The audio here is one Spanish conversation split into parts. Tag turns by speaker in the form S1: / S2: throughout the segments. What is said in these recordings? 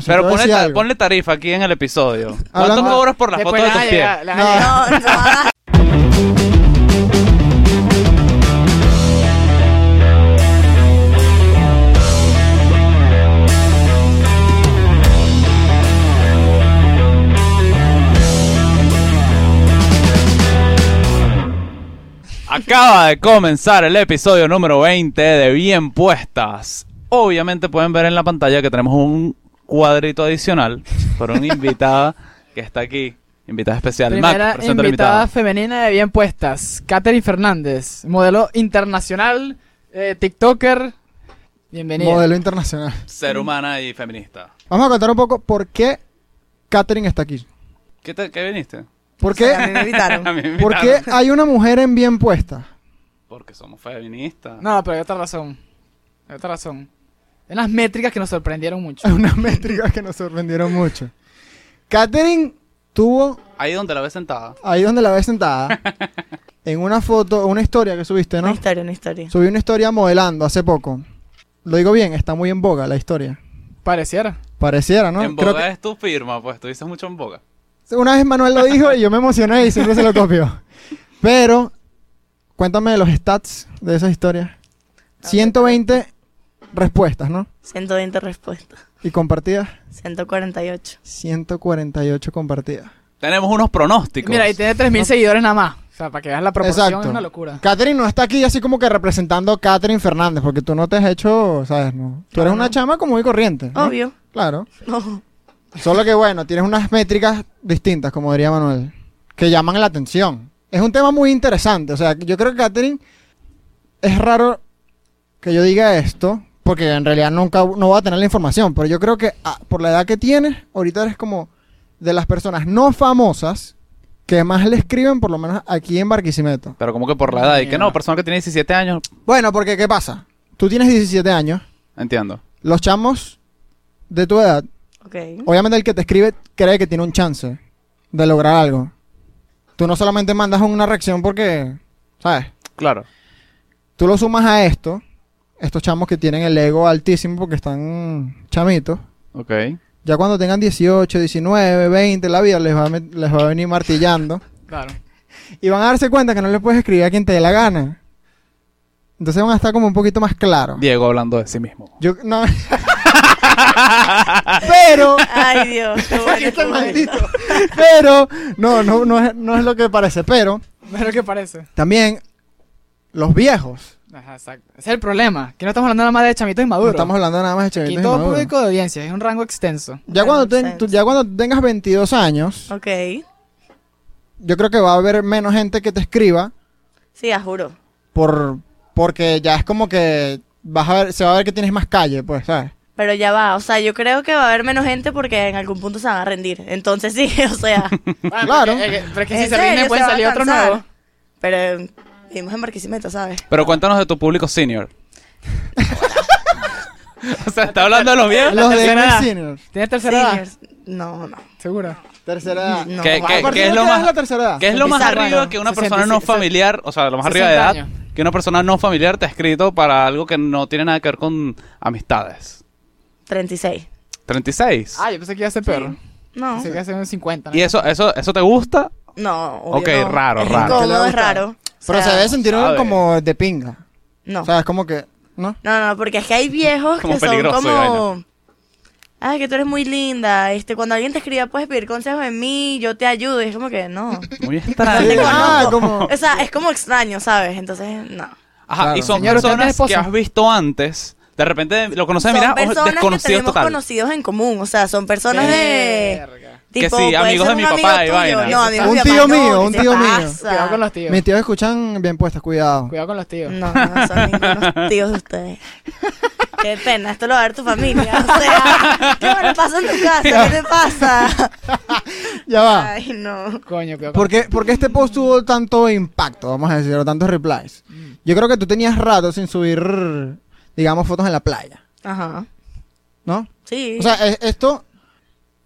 S1: sé, te
S2: Pero
S1: voy a
S2: ponle,
S1: decir
S2: ta-
S1: algo.
S2: ponle tarifa aquí en el episodio. ¿Cuánto
S1: Hablando-
S2: cobras por la foto
S3: Después
S2: de tus
S3: les va a
S2: pies?
S3: llegar- les va a llegar-
S1: No.
S4: No, no.
S2: Acaba de comenzar el episodio número 20 de Bien Puestas. Obviamente pueden ver en la pantalla que tenemos un cuadrito adicional por una invitada que está aquí. Invitada especial.
S3: Primera
S2: Mac, presenta a la
S3: invitada
S2: invitada.
S3: femenina de bien puestas, Katherine Fernández, modelo internacional, eh, TikToker. Bienvenida.
S1: Modelo internacional.
S2: Ser humana y feminista.
S1: Vamos a contar un poco por qué Katherine está aquí.
S2: ¿Qué, te- qué viniste?
S1: ¿Por
S4: O sea, a mí
S1: qué,
S4: me
S2: A
S4: invitaron.
S2: mí me
S1: por qué
S2: invitaron.
S1: hay una mujer en bien puesta?
S2: Porque somos feministas.
S3: No, pero hay otra razón. Hay otra razón. Hay unas métricas que nos sorprendieron mucho.
S1: Hay unas métricas que nos sorprendieron mucho. Katherine tuvo,
S2: Ahí donde la ves sentada.
S1: ahí donde la ves sentada, en una foto, una historia que subiste,
S4: Una
S1: ¿no?
S4: historia, una historia.
S1: Subí una historia modelando hace poco. Lo digo bien, está muy en boga la historia.
S3: Pareciera.
S1: Pareciera, ¿no?
S2: en
S1: Creo
S2: boga es tu firma, pues tú dices mucho en boga.
S1: que- una vez Manuel lo dijo y yo me emocioné y siempre se lo copio. Pero, cuéntame de los stats de esa historia. 120 respuestas, ¿no?
S4: 120 respuestas.
S1: Y compartidas,
S4: 148.
S1: 148 compartidas.
S2: Tenemos unos pronósticos.
S3: Mira, y tiene 3.000 seguidores nada más. O sea, para que veas la proporción, es una locura.
S1: Catherine no está aquí así como que representando a Catherine Fernández, porque tú no te has hecho, ¿sabes? No. Tú eres
S4: Claro.
S1: una chama como muy corriente. ¿no?
S4: Obvio.
S1: Claro.
S4: No.
S1: Solo que bueno, tienes unas métricas distintas, como diría Manuel, que llaman la atención. Es un tema muy interesante. O sea, yo creo que Catherine es raro que yo diga esto, porque en realidad nunca no va a tener la información. Pero yo creo que ah, por la edad que tienes, ahorita eres como de las personas no famosas que más le escriben, por lo menos aquí en Barquisimeto.
S2: Pero como que por la edad. Y que no, persona que tiene 17 años.
S1: Bueno, porque ¿qué pasa? Tú tienes 17 años,
S2: Entiendo.
S1: los chamos de tu edad,
S4: Ok.
S1: obviamente el que te escribe cree que tiene un chance de lograr algo. Tú no solamente mandas una reacción porque, ¿sabes?
S2: Claro.
S1: Tú lo sumas a esto, estos chamos que tienen el ego altísimo porque están chamitos.
S2: Ok.
S1: Ya cuando tengan 18, 19, 20, la vida les va a, met- les va a venir martillando.
S3: Claro.
S1: Y van a darse cuenta que no les puedes escribir a quien te dé la gana. Entonces van a estar como un poquito más claros.
S2: Diego hablando de sí mismo.
S1: Yo, no. pero,
S4: Ay, Dios. qué bueno,
S1: este
S4: qué bueno.
S1: maldito. pero, no, no, no es, no es lo que parece. Pero,
S3: Pero que parece.
S1: también, los viejos.
S3: Ajá, exacto. Ese es el problema. Que no estamos hablando nada más de
S1: No
S3: chamitos inmaduros.
S1: estamos hablando nada más de
S3: Aquí
S1: chavitos
S3: todo
S1: inmaduros.
S3: público de audiencia. Es un rango extenso.
S1: Ya cuando,
S4: That makes
S1: ten- tú-
S4: sense.
S1: ya cuando tengas 22 años,
S4: Ok.
S1: yo creo que va a haber menos gente que te escriba
S4: Sí, a juro.
S1: por porque ya es como que vas a ver, se va a ver que tienes más calle, pues, ¿sabes?
S4: Pero ya va. O sea, yo creo que va a haber menos gente porque en algún punto se van a rendir. Entonces sí, o sea.
S3: Bueno,
S1: Claro.
S3: Pero que, Eh, pero que si
S4: ¿En
S3: se
S4: serio?
S3: rinden pueden
S4: van a
S3: salir otro
S4: cansar.
S3: nuevo.
S4: Pero eh, vivimos en Barquisimeto, ¿sabes?
S2: Pero cuéntanos de tu público senior. o sea, está hablando de los viejos.
S1: Los de
S3: tercera edad.
S1: seniors.
S3: ¿Tienes tercera edad?
S4: Seniors. No, no.
S3: Segura.
S1: Tercera edad.
S4: No,
S2: ¿Qué-
S4: va-
S2: qué-
S1: ¿A partir
S2: qué es
S1: de
S2: lo
S1: qué edad
S2: más-
S1: es la tercera edad?
S2: ¿Qué es lo más
S4: Bizarro.
S2: arriba que una persona
S3: 66,
S2: no familiar, o sea, lo más arriba de
S3: 60
S2: edad,
S3: años.
S2: que una persona no familiar te ha escrito para algo que no tiene nada que ver con amistades?
S4: 36.
S2: 36.
S3: Ah, yo pensé que iba a ser peor.
S4: No.
S3: Pensé que iba a ser un 50. ¿no?
S2: ¿Y eso, eso, eso te gusta?
S4: No, obvio
S2: Ok,
S4: no.
S2: raro,
S4: es
S2: raro.
S1: ¿Qué le
S4: Incómodo,
S1: va a
S4: es
S1: gustar?
S4: raro.
S1: Pero
S4: O sea,
S1: se debe sentir uno
S2: sabe.
S1: como de pinga.
S4: No.
S1: O sea, es como que, ¿no?
S4: No, no, porque es que hay viejos
S2: Como
S4: que son
S2: peligroso y
S4: como... Ay, que tú eres muy linda. Este, cuando alguien te escriba, puedes pedir consejos en mí, yo te ayudo. Y es como que no.
S2: Muy
S4: No
S2: extraño.
S4: te
S1: Ah,
S4: conozco.
S1: como-
S4: O sea, es como extraño, ¿sabes? Entonces, no.
S2: Ajá,
S1: Claro.
S2: y son
S3: Señor, ¿usted tiene
S2: personas
S3: esposa?
S2: que has visto antes. De repente lo conoces,
S4: son
S2: mira, ojo,
S4: personas que
S2: desconocidos
S4: tenemos
S2: total.
S4: conocidos en común. O sea, son personas de...
S3: Verga.
S2: Que
S4: Tipo,
S2: sí,
S4: puede
S2: amigos
S4: ser
S2: de
S4: un
S2: mi
S4: amigo
S2: papá y
S4: tuyo.
S2: vaina.
S4: No, amigos
S1: Un
S4: de mi
S1: tío
S4: papá, no,
S1: mío,
S4: ¿qué
S1: un
S4: te
S1: tío mío.
S4: pasa?
S3: Cuidado con los tíos.
S1: Mis tíos escuchan bien puestas, cuidado.
S3: Cuidado con los tíos.
S4: No, no son ningunos tíos de ustedes. Qué pena, esto lo va a ver tu familia. O sea, ¿qué bueno pasa en tu casa? ¿Qué te pasa?
S1: Ya va.
S4: Ay, no.
S3: Coño, cuidado con
S1: ¿Por qué, por qué este post tuvo tanto impacto, vamos a decir, o tantos replies?
S4: Mm.
S1: Yo creo que tú tenías rato sin subir, digamos, fotos en la playa,
S4: Ajá.
S1: ¿no?
S4: Sí.
S1: O sea, e- esto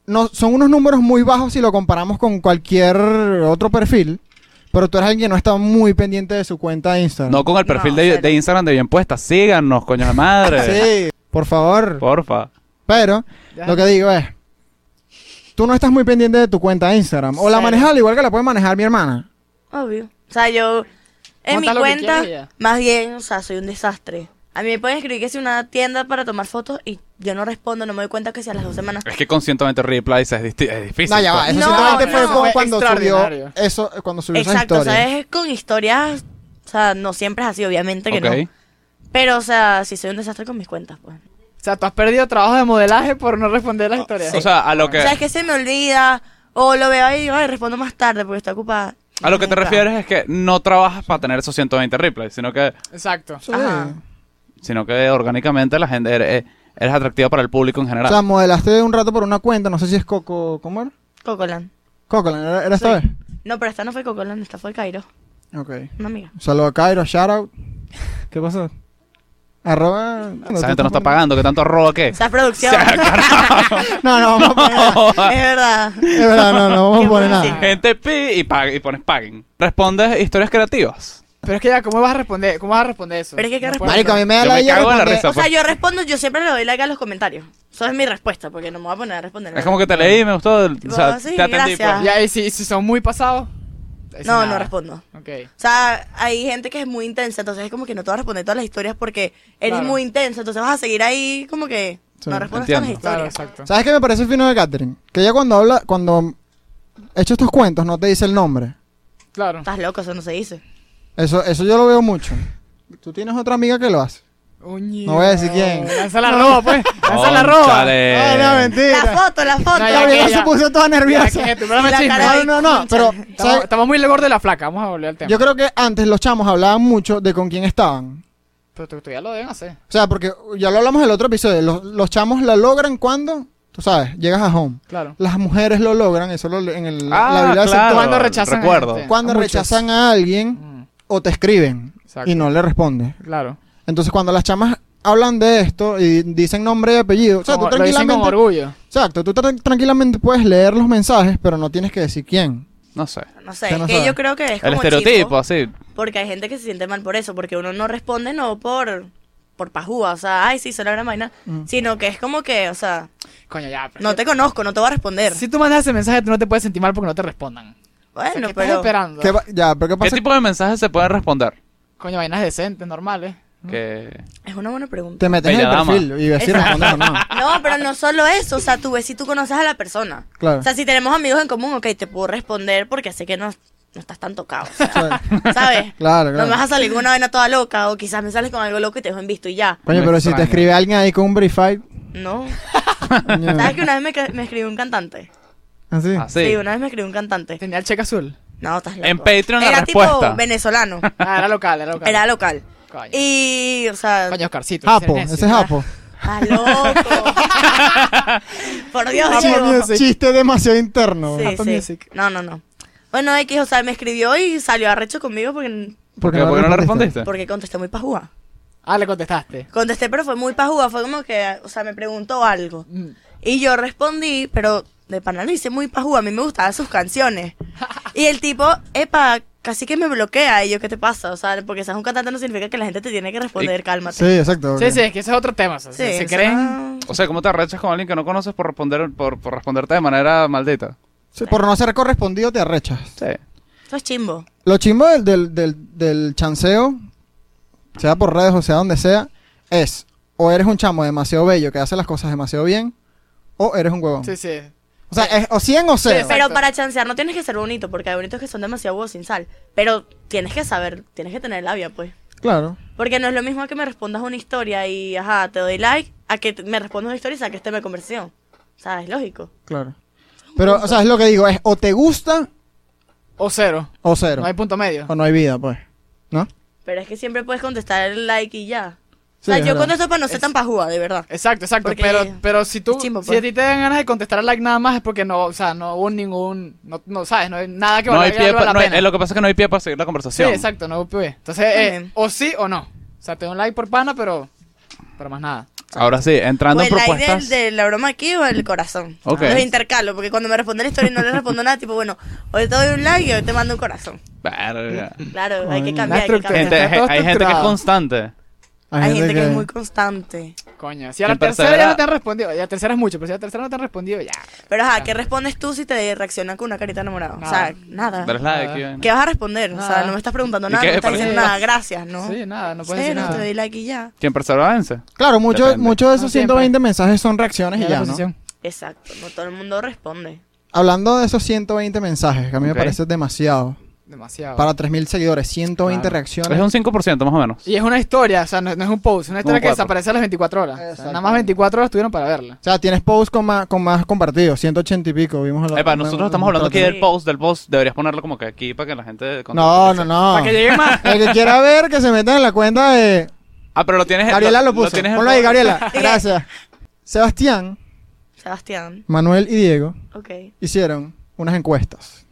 S1: no, son unos números muy bajos si lo comparamos con cualquier otro perfil, pero tú eres alguien que no está muy pendiente de su cuenta de Instagram.
S2: No con el perfil
S4: No,
S2: de,
S4: cero.
S2: de Instagram de bien puesta. Síganos, coño de madre.
S1: Sí, por favor.
S2: Porfa.
S1: Pero
S3: Ya.
S1: lo que digo es, tú no estás muy pendiente de tu cuenta de Instagram. O la
S4: Cero.
S1: manejas al igual que la puede manejar mi hermana.
S4: Obvio. O sea, yo en mi
S3: Monta lo que quieras y ya.
S4: cuenta, más bien, o sea, soy un desastre. A mí me pueden escribir que si una tienda para tomar fotos y yo no respondo, no me doy cuenta que si a las dos semanas.
S2: Es que conscientemente replies es, disti- es difícil. pues.
S1: No, ya va. Eso
S4: No,
S1: simplemente
S4: no,
S1: fue
S4: no.
S1: como
S3: Fue
S1: cuando subió
S3: extraordinario.
S1: eso, cuando subió esa
S4: Exacto, o
S1: historia.
S4: sea, es con historias. O sea, no siempre es así, obviamente que
S2: Ok.
S4: no. Pero, o sea, sí soy un desastre con mis cuentas, pues.
S3: O sea, tú has perdido trabajo de modelaje por no responder las historias.
S2: O sea, a lo que,
S4: O sea, es que se me olvida, o lo veo ahí y digo, ay, respondo más tarde porque estoy ocupada.
S2: a lo que te
S4: Nunca.
S2: refieres es que no trabajas para tener esos 120 replies, sino que,
S3: Exacto.
S1: Sí.
S4: Ajá.
S2: sino que orgánicamente la gente eres, eres atractiva para el público en
S1: O
S2: general.
S1: sea, modelaste un rato por una cuenta, no sé si es Coco, ¿cómo era?
S4: Cocolan.
S1: Cocolan, ¿era, era esta
S4: Sí.
S1: vez?
S4: No, pero esta no fue Cocolan, esta fue Cairo,
S1: Ok.
S4: una amiga.
S1: Saludo a Cairo, shoutout. ¿Qué pasó? Arroba...
S2: Esa gente no está
S1: poniendo-
S2: pagando, que tanto roba qué?
S4: Esa es producción.
S1: No, no, vamos a poner...
S4: es verdad.
S1: Es verdad, no, no vamos a
S4: Qué
S1: poner
S4: bueno,
S1: nada.
S4: sí.
S2: Gente pi y, pag- y pones paguen. Respondes historias creativas.
S3: Pero es que ya, ¿cómo vas a responder? ¿Cómo vas a responder eso?
S4: Pero es que hay que
S3: No puedes
S1: Marico, a mí me da
S2: Yo
S1: la
S2: me
S1: idea
S2: cago en la
S1: responder-
S2: risa.
S4: O sea, yo respondo, yo siempre le doy like a los comentarios. Eso es mi respuesta, porque no me voy a poner a responder.
S2: Es como que te leí, me gustó. o sea,
S4: sí,
S2: te atendí.
S4: gracias.
S2: pues.
S3: Ya, y si, si son muy pasados. ahí sí
S4: No,
S3: nada.
S4: no respondo. O
S3: Ok.
S4: sea, hay gente que es muy intensa, entonces es como que no te vas a responder todas las historias porque eres
S3: Claro.
S4: muy intensa, entonces vas a seguir ahí como que
S1: Sí,
S4: no respondes todas las
S2: entiendo.
S3: Claro,
S4: historias.
S3: exacto.
S1: ¿Sabes qué me parece el fino de Catherine? Que ella cuando habla, cuando he hecho estos cuentos, no te dice el nombre.
S3: Claro.
S4: Estás loco, eso no se dice.
S1: Eso, eso yo lo veo mucho. Tú tienes otra amiga que lo hace.
S3: Uñi,
S1: No voy a decir quién.
S3: Lanza la roba, pues. Lanza la roba.
S2: Cónchale.
S1: Ay, Ah, no,
S4: La
S1: mentira.
S4: foto, la foto.
S3: No,
S1: La
S3: ya que-
S1: amiga
S3: ya.
S1: se puso toda
S3: Mira,
S1: nerviosa.
S3: que- tu programa
S4: Y la
S3: es chisme.
S4: cara
S1: No,
S4: de-
S1: no, no, pero
S3: Estamos,
S1: ¿sabes?
S3: estamos muy lejos de la flaca. Vamos a volver al tema.
S1: yo creo que antes los chamos hablaban mucho de con quién estaban.
S3: Pero tú, tú ya lo deben hacer.
S1: O sea, porque ya lo hablamos en el otro episodio. Los, los chamos la logran cuando, tú sabes, llegas a home.
S3: Claro.
S1: Las mujeres lo logran, eso lo, en el, la
S2: Ah,
S1: Biblia del
S2: claro.
S1: sector.
S3: Cuando rechazan
S2: Recuerdo.
S3: a gente.
S1: Cuando
S3: A muchos.
S1: rechazan a alguien
S3: Mm,
S1: o te escriben
S3: Exacto.
S1: y no le respondes.
S3: Claro.
S1: Entonces, cuando las chamas hablan de esto y dicen nombre y apellido, o sea,
S3: Como-
S1: tú
S3: lo dicen con
S1: tranquilamente,
S3: orgullo.
S1: exacto, tú tra- tranquilamente puedes leer los mensajes, pero no tienes que decir quién.
S2: No sé.
S4: No sé,
S1: Ya
S4: es
S1: no
S4: que
S1: sabe.
S4: yo creo que es como
S2: El estereotipo,
S4: chimbo,
S2: así.
S4: porque hay gente que se siente mal por eso, porque uno no responde no por por pajúa, o sea, ay, sí, soy la gran vaina,
S2: Mm.
S4: sino que es como que, o sea,
S3: Coño, ya. pero-
S4: no te conozco, no te voy a responder.
S3: Si tú mandas ese mensaje, tú no te puedes sentir mal porque no te respondan. O sea,
S4: bueno,
S3: ¿qué estás
S4: pero
S3: esperando?
S1: ¿Qué va- ya, pero ¿qué
S2: ¿Qué
S1: pasa?
S2: tipo de mensajes se pueden responder?
S3: Coño, vainas decentes, normales.
S2: Que...
S4: es una buena pregunta.
S1: Te metes en el
S2: Bella dama.
S1: perfil y ves si
S4: Exacto.
S1: respondes o no.
S4: No, pero no solo eso, o sea, tú ves si tú conoces a la persona.
S1: Claro.
S4: O sea, si tenemos amigos en común, ok, te puedo responder porque sé que no, no estás tan tocado, o sea,
S1: O sea,
S4: ¿sabes?
S1: Claro,
S4: No me vas
S1: claro.
S4: a salir con una vaina toda loca o quizás me sales con algo loco y te dejo en visto y ya.
S1: Coño,
S2: Me
S1: pero si
S2: extraña.
S1: te escribe alguien ahí con un brief fight,
S4: No.
S1: coño,
S4: ¿Sabes que una vez me, ca- me escribió un cantante?
S1: así.
S2: Así.
S4: Sí. una vez me escribió un cantante.
S3: Tenía el cheque azul.
S4: No, estás loco.
S2: En Patreon la
S4: Era
S2: respuesta.
S4: tipo venezolano.
S3: Ah, era local, era local.
S4: Era local.
S3: Coño.
S4: Y, o sea,
S3: Coño, Oscarcito.
S1: Japo,
S3: ¿qué
S1: Ah, ese
S3: eres?
S1: es Japo.
S4: estás loco. Por Dios,
S1: Chi-
S4: Diego.
S1: Chiste demasiado interno.
S4: Sí,
S1: Japo
S4: sí.
S1: Music.
S4: No, no, no. Bueno, X, o sea, me escribió y salió arrecho conmigo porque,
S2: ¿Por qué, ¿Por qué no le respondiste?
S4: porque contesté muy pajúa.
S3: Ah, le contestaste.
S4: Contesté, pero fue muy pajúa. Fue como que, o sea, me preguntó algo.
S3: Mm.
S4: Y yo respondí, pero de pana lo hice muy pajúa, a mí me gustaban sus canciones. Y el tipo, epa, casi que me bloquea. Y yo, ¿qué te pasa? O sea, porque seas un cantante no significa que la gente te tiene que responder, cálmate.
S1: Sí, exacto.
S3: Sí,
S1: ok.
S3: sí, es que ese es otro tema. o sea,
S4: Sí,
S3: se
S4: o sea,
S3: creen.
S2: O sea, ¿cómo te arrechas con alguien que no conoces por responder por, por responderte de manera maldita?
S1: Sí, Por no ser correspondido te arrechas.
S2: Sí.
S4: Eso es chimbo.
S1: Lo chimbo del, del, del- del chanceo, sea por redes o sea donde sea, es o eres un chamo demasiado bello que hace las cosas demasiado bien, o eres un huevón.
S3: Sí, sí.
S1: O sea, es o 100 o 0.
S3: Exacto.
S4: Pero para chancear no tienes que ser bonito, porque hay bonitos que son demasiado huevos sin sal. Pero tienes que saber, tienes que tener labia, pues.
S1: Claro.
S4: Porque no es lo mismo que me respondas una historia y, ajá, te doy like, a que te- me respondas una historia y saques tema de conversación. O sea, es lógico.
S1: Claro. Pero, o sea, es lo que digo, es o te gusta
S3: O cero.
S1: o cero.
S3: No hay punto medio.
S1: O no hay vida, pues. ¿No?
S4: Pero es que siempre puedes contestar el like y ya.
S1: Sí,
S4: o sea,
S1: es
S4: yo
S1: verdad.
S4: contesto para no ser
S3: Es-
S4: tan pajúa, de verdad.
S3: Exacto, exacto.
S4: Porque
S3: Pero, pero si tú,
S4: es chimbo,
S3: si
S4: pues.
S3: a ti te dan ganas de contestar al like nada más es porque no, o sea, no hubo ningún, no, no sabes, no hay nada que
S2: No hay
S3: valga
S2: pie
S3: valga
S2: pa-
S3: la
S2: no hay-
S3: pena.
S2: eh, lo que pasa es que no hay pie para seguir la
S3: Sí,
S2: conversación.
S3: exacto, no hubo pie. Entonces, eh,
S4: Ujú.
S3: o sí o no. O sea, te doy un like por pana, pero, pero más nada.
S2: Ahora sí, entrando
S4: ¿O
S2: en
S4: el like del-
S2: propuestas.
S4: de, Pues la broma aquí o el corazón?
S2: Ok.
S4: Los intercalo, porque cuando me responde la historia y no le respondo nada, tipo, bueno, hoy te doy un like y hoy te mando un corazón.
S2: Verga.
S4: Claro, hay
S1: Coño.
S4: que cambiar,
S3: La
S4: hay que
S3: estructura.
S4: cambiar.
S2: Gente,
S3: Está todo
S2: hay gente que es
S3: estructurado.
S2: constante.
S4: Hay gente que es muy constante.
S3: Coño, si a la
S2: Quien
S3: tercera
S2: persevera-
S3: ya no te han respondido. Ya la tercera es mucho, pero si a la tercera no te han respondido, ya.
S4: Pero ajá, ¿qué respondes tú si te reaccionan con una carita enamorada? O sea, nada.
S2: Pero es la de aquí,
S3: Ah.
S2: vaina.
S4: ¿Qué vas a responder? O sea,
S3: Nada.
S4: no me estás preguntando
S2: ¿Y
S4: nada,
S2: qué?
S4: no me estás
S2: Parece-
S4: diciendo nada, gracias, ¿no?
S3: Sí, nada, no puedes
S4: Sí,
S3: decir
S4: no, te
S3: nada.
S4: doy like y ya.
S2: Quien persevera vence.
S1: Claro, muchos
S2: Depende.
S1: muchos de esos
S3: No siempre.
S1: 120 mensajes son reacciones y
S3: Ya la
S1: ya, ¿no?
S3: posición.
S4: Exacto, no todo el mundo responde.
S1: Hablando de esos 120 mensajes, que a mí
S2: Ok.
S1: me parece demasiado.
S3: Demasiado.
S1: Para 3.000 seguidores, 120
S3: Claro.
S1: reacciones.
S2: Es un 5% más o menos.
S3: Y es una historia, o sea, no, no es un post, es una
S2: Como
S3: historia que
S2: cuatro.
S3: desaparece a las 24 horas. O sea,
S1: Exactamente.
S3: nada más 24 horas tuvieron para verla.
S1: O sea, tienes posts con más, con más compartidos, 180 y pico. Vimos la-
S2: Epa, nosotros
S1: la-
S2: estamos hablando aquí del
S4: Sí.
S2: post, del post. Deberías ponerlo como que aquí para que la gente...
S1: No, no, no.
S3: Para que lleguen más.
S1: El que quiera ver, que se meta en la cuenta de...
S2: Ah, pero lo tienes...
S1: Gabriela lo puso.
S2: tienes-
S1: Ponlo ahí, Gabriela. Gracias. Sebastián,
S4: Sebastián,
S1: Manuel y Diego
S4: ok.
S1: hicieron unas encuestas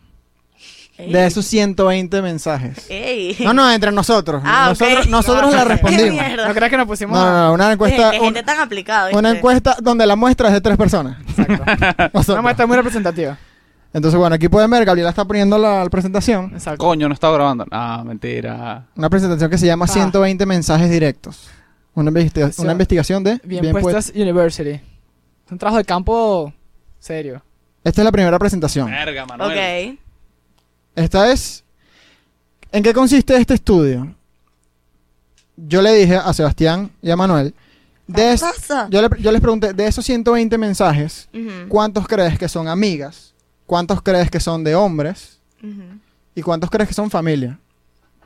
S4: Ey.
S1: de esos 120 mensajes.
S4: Ey.
S1: No, no, entre nosotros.
S4: Eh. Ah, ok.
S1: nosotros nosotros
S4: No,
S1: la
S4: qué
S1: respondimos.
S4: mierda.
S3: No creas que nos
S1: No,
S3: pusimos.
S1: no, no, una encuesta,
S4: Oye, qué
S1: un-
S4: gente tan aplicada.
S1: una
S4: ¿viste?
S1: encuesta donde la muestra es de tres personas.
S3: Exacto.
S1: Nosotros.
S3: Una muestra muy representativa.
S1: Entonces, bueno, aquí pueden ver, Gabriela está poniendo la, la presentación.
S3: Exacto.
S2: Coño, no estaba grabando. Ah, mentira.
S1: Una presentación que se llama
S3: Ah.
S1: 120 mensajes directos. Una, investiga-
S3: Sí.
S1: una investigación de...
S3: Bien,
S1: bien
S3: puestas University. Es un trabajo de campo serio.
S1: puesta. Esta es la primera presentación.
S2: Verga, Manuel.
S4: Ok.
S1: Esta es. ¿En qué consiste este estudio? Yo le dije a Sebastián y a Manuel. De
S4: ¿Qué
S1: es-
S4: pasa?
S1: yo, le- yo les pregunté, de esos 120 mensajes,
S4: Ujú,
S1: ¿cuántos crees que son amigas? ¿Cuántos crees que son de hombres?
S4: ujú.
S1: ¿Y cuántos crees que son familia?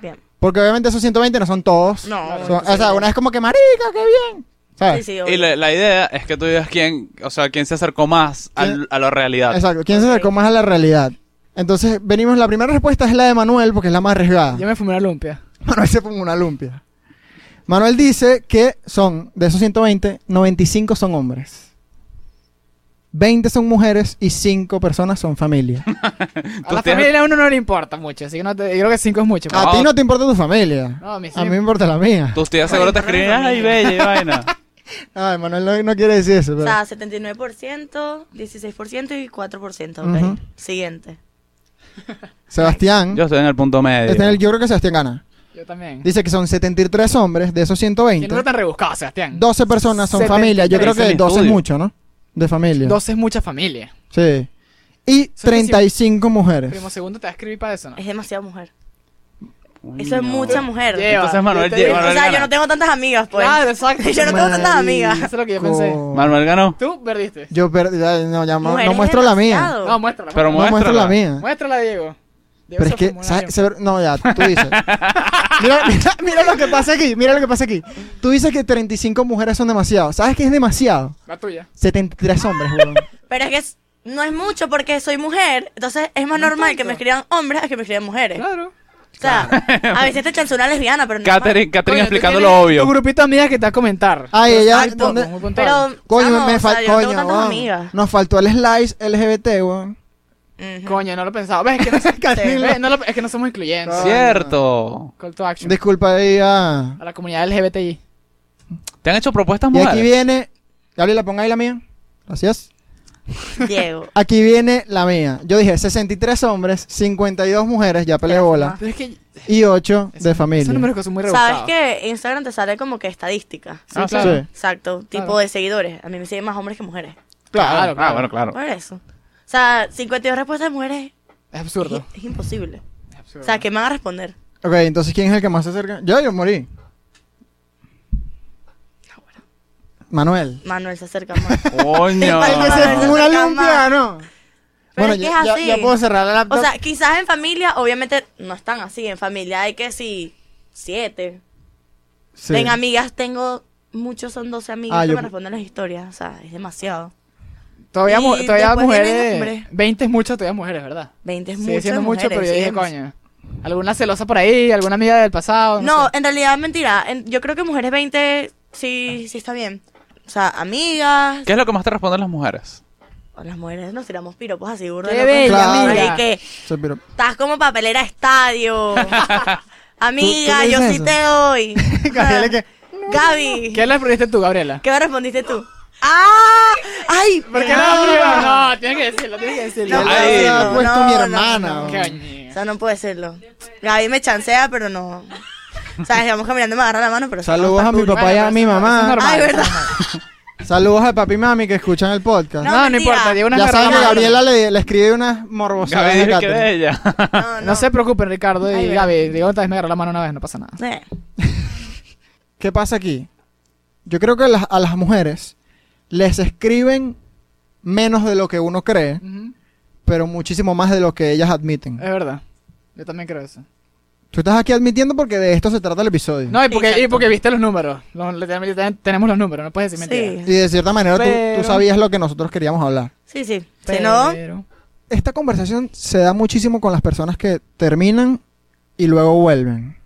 S4: Bien.
S1: Porque obviamente esos 120 no son todos.
S4: No.
S1: Son- o sea, una es como que marica, qué bien.
S4: Sí,
S1: ¿Sabes?
S4: sí,
S2: Y
S4: obvio.
S2: la, la idea es que tú digas quién, o sea, quién se acercó más al-
S1: ¿Quién?
S2: a la realidad.
S1: Exacto. ¿Quién se acercó más a la realidad? Entonces, venimos, la primera respuesta es la de Manuel, porque es la más arriesgada.
S3: Yo me fumé una lumpia.
S1: Manuel se pone una lumpia. Manuel dice que son, de esos 120, 95 son hombres. 20 son mujeres y 5 personas son familia.
S3: A la
S2: tienes-
S3: familia a uno no le importa mucho, así que no te- yo creo que 5 es mucho. pero-
S1: A ti no te importa tu familia.
S3: No, a mí sí.
S1: A mí me importa la mía.
S2: Tus tías seguro te escriben, ay, bella y vaina.
S1: Ay, Manuel no, no quiere decir eso.
S4: O
S1: pero-
S4: sea, 79%, 16% y 4%. Ok.
S1: Ujú.
S4: Siguiente.
S1: Sebastián,
S2: Yo estoy en el punto medio.
S1: este es el- yo creo que Sebastián gana.
S3: Yo también.
S1: Dice que son 73 hombres, de esos
S3: Que no
S1: 120,
S3: tan rebuscado, Sebastián.
S1: 12 personas son familia. Yo creo
S2: 73.
S1: que 12 es
S2: Estudio.
S1: mucho, ¿no? De familia.
S3: 12 es mucha familia.
S1: Sí. Y
S3: Eso es
S1: 35 mujeres.
S3: Primo segundo te va a escribir para eso, ¿no?
S4: Es demasiada mujer.
S2: Coño.
S4: Eso es mucha mujer.
S3: Lleva.
S2: Entonces Manuel
S3: Yo te-
S2: lleva.
S4: O
S2: Manuel
S4: sea,
S2: gana.
S4: yo no tengo tantas amigas, pues.
S3: Claro, exacto.
S4: Yo no tengo tantas amigas.
S3: Eso es lo que yo pensé.
S2: Manuel ganó.
S3: Tú perdiste.
S1: Yo perdí, ay, no, ya mo-
S4: Mujeres
S1: no muestro la mía.
S4: demasiado.
S3: No, muéstrala.
S2: Pero
S1: No
S2: muéstrala.
S1: muestro la mía.
S3: Muéstrala, Diego.
S1: Pero
S3: Diego
S1: es
S3: se
S1: que,
S3: fumó una
S1: ¿sabes?
S3: lumpia.
S1: Se ve- no, ya, tú dices. Mira, mira, mira lo que pasa aquí, mira lo que pasa aquí. Tú dices que 35 mujeres son demasiado. ¿Sabes qué es demasiado?
S3: La tuya.
S1: 73 hombres, weón.
S4: Pero es que es- no es mucho porque soy mujer, entonces es más
S3: No
S4: normal
S3: tanto.
S4: que me escriban hombres a que me escriban mujeres.
S3: Claro.
S4: O sea, a veces te chanzó una lesbiana, pero no. es
S2: Catherine, Catherine
S3: Coño, tú
S2: explicando
S3: tienes
S2: lo obvio.
S3: Tu grupito de amigas que te va a comentar.
S1: Ay, ella.
S4: Ay,
S1: Ah, ¿dónde-
S3: Muy
S4: mal.
S3: puntual.
S4: Pero,
S1: Coño,
S4: chamo,
S1: me
S4: o sea,
S1: faltó.
S4: yo no tengo
S1: Coño,
S4: tantas
S1: weón.
S4: amigas.
S1: Nos faltó el slice LGBT, weón.
S4: Ujú.
S3: Coño, no lo pensaba. ¿Ves? Es que no,
S1: Catherine.
S3: ¿Ves? No lo- es que no somos incluyentes.
S1: Coño.
S2: Cierto.
S3: Call to action.
S1: Disculpa ahí a.
S3: A la comunidad LGBTI.
S2: ¿Te han hecho propuestas
S1: Y aquí
S2: mujeres?
S1: viene. Gabriela, ponga ahí la mía. Gracias.
S4: Diego.
S1: Aquí viene la mía. Yo dije 63 hombres, 52 mujeres, ya peleé
S4: Ya,
S1: bola,
S3: Pero es que.
S1: y 8
S3: esos-
S1: de
S3: Esos
S1: familia.
S3: números que son muy
S4: ¿Sabes
S3: rebuscados.
S4: que Instagram te sale como que estadística?
S2: Ah,
S3: Sí, claro.
S1: Sí.
S4: Exacto, tipo
S3: Claro.
S4: de seguidores. A mí me siguen más hombres que mujeres.
S3: Claro,
S2: Ah,
S3: claro.
S2: bueno, claro.
S4: Por eso. O sea, 52 respuestas de mujeres
S3: Es
S4: es,
S3: absurdo.
S4: es imposible.
S3: Es absurdo.
S4: O sea, ¿qué me van a responder?
S1: Ok, entonces ¿quién es el que más se acerca? Yo, yo morí. Manuel.
S4: Manuel se acerca más.
S2: Coño.
S4: Ay,
S1: El que se
S4: Manuel
S1: fumó una
S4: se acerca
S1: lumpia,
S4: más.
S1: ¿no?
S4: Pero
S1: Bueno,
S4: es que
S1: ya,
S4: es
S1: ya-
S4: así.
S1: ya puedo cerrar la laptop.
S4: O sea, quizás en familia, obviamente, no están así. En familia hay que si siete.
S1: Sí.
S4: En amigas tengo, muchos son 12 amigas
S1: Ah,
S4: que
S1: yo-
S4: me responden las historias. O sea, es demasiado.
S3: Todavía, mu-
S4: Y
S3: todavía
S4: después vienen
S3: mujeres.
S4: hombres.
S3: 20 es mucho, todavía mujeres, ¿verdad?
S4: 20 es
S3: Sigue
S4: mucho.
S3: siendo mucho,
S4: mujeres,
S3: pero yo dije, coño.
S4: siguen-
S3: Alguna celosa por ahí, alguna amiga del pasado.
S4: No,
S3: sé.
S4: en realidad, mentira. En- yo creo que mujeres 20 sí,
S3: Ah.
S4: sí está bien. O sea, amigas.
S2: ¿Qué es lo que más te responden las mujeres?
S4: o Las mujeres nos tiramos piropos así, burro.
S3: ¡Qué bella,
S1: Claro.
S3: amiga!
S4: que
S1: Sí, pero-
S4: estás como papelera de estadio. Amiga,
S1: ¿Tú- tú
S4: yo
S1: dices
S4: sí
S1: eso?
S4: te doy.
S1: Gabriela, ¿qué?
S4: Gaby,
S3: ¿Qué le respondiste tú, Gabriela?
S4: ¿qué me respondiste tú? ¡Ah! ¡Ay!
S3: ¿Por qué no la pruebas? No, tienes que decirlo, tienes que decirlo.
S4: No,
S1: Yo le
S2: ay,
S1: había
S4: no,
S1: puesto
S4: no,
S1: mi
S4: no,
S1: hermana.
S4: no.
S1: weón.
S3: Coño.
S4: O sea, no puede serlo. Gaby me chancea, pero no. O sea, vamos caminando y me agarra la mano, pero... eso
S1: Saludos
S4: no
S1: a
S4: está
S1: mi
S4: cool.
S1: papá y a mi mamá.
S3: normal.
S4: Ay, ¿verdad?
S1: Saludos a papi y mami que escuchan el podcast.
S4: No,
S3: No, no,
S4: mentira.
S3: importa, Diego no es
S1: ya saben que
S3: normal.
S1: Gabriela le, le escribe unas morbosadas
S2: Gaby
S1: a
S2: dice que
S1: Catherine.
S2: bella.
S4: No,
S3: No se preocupen, Ricardo
S4: Ay,
S3: y
S4: verdad.
S3: Gaby. Diego otra vez me agarró la mano una vez, no pasa nada.
S4: Eh,
S1: ¿Qué pasa aquí? Yo creo que las- a las mujeres les escriben menos de lo que uno cree,
S3: Ujú,
S1: pero muchísimo más de lo que ellas admiten.
S3: Es verdad. Yo también creo eso.
S1: Tú estás aquí admitiendo porque de esto se trata el episodio.
S3: No, y porque, y
S4: Exacto.
S3: porque viste los números. Los- literalmente ten- tenemos los números, no puedes decir mentira.
S4: Sí,
S1: Y de cierta manera tú- tú,
S3: Pero-
S1: sabías lo que nosotros queríamos hablar.
S4: sí, sí. Si no,
S3: Pero-
S1: Esta conversación se da muchísimo con las personas que terminan y luego vuelven.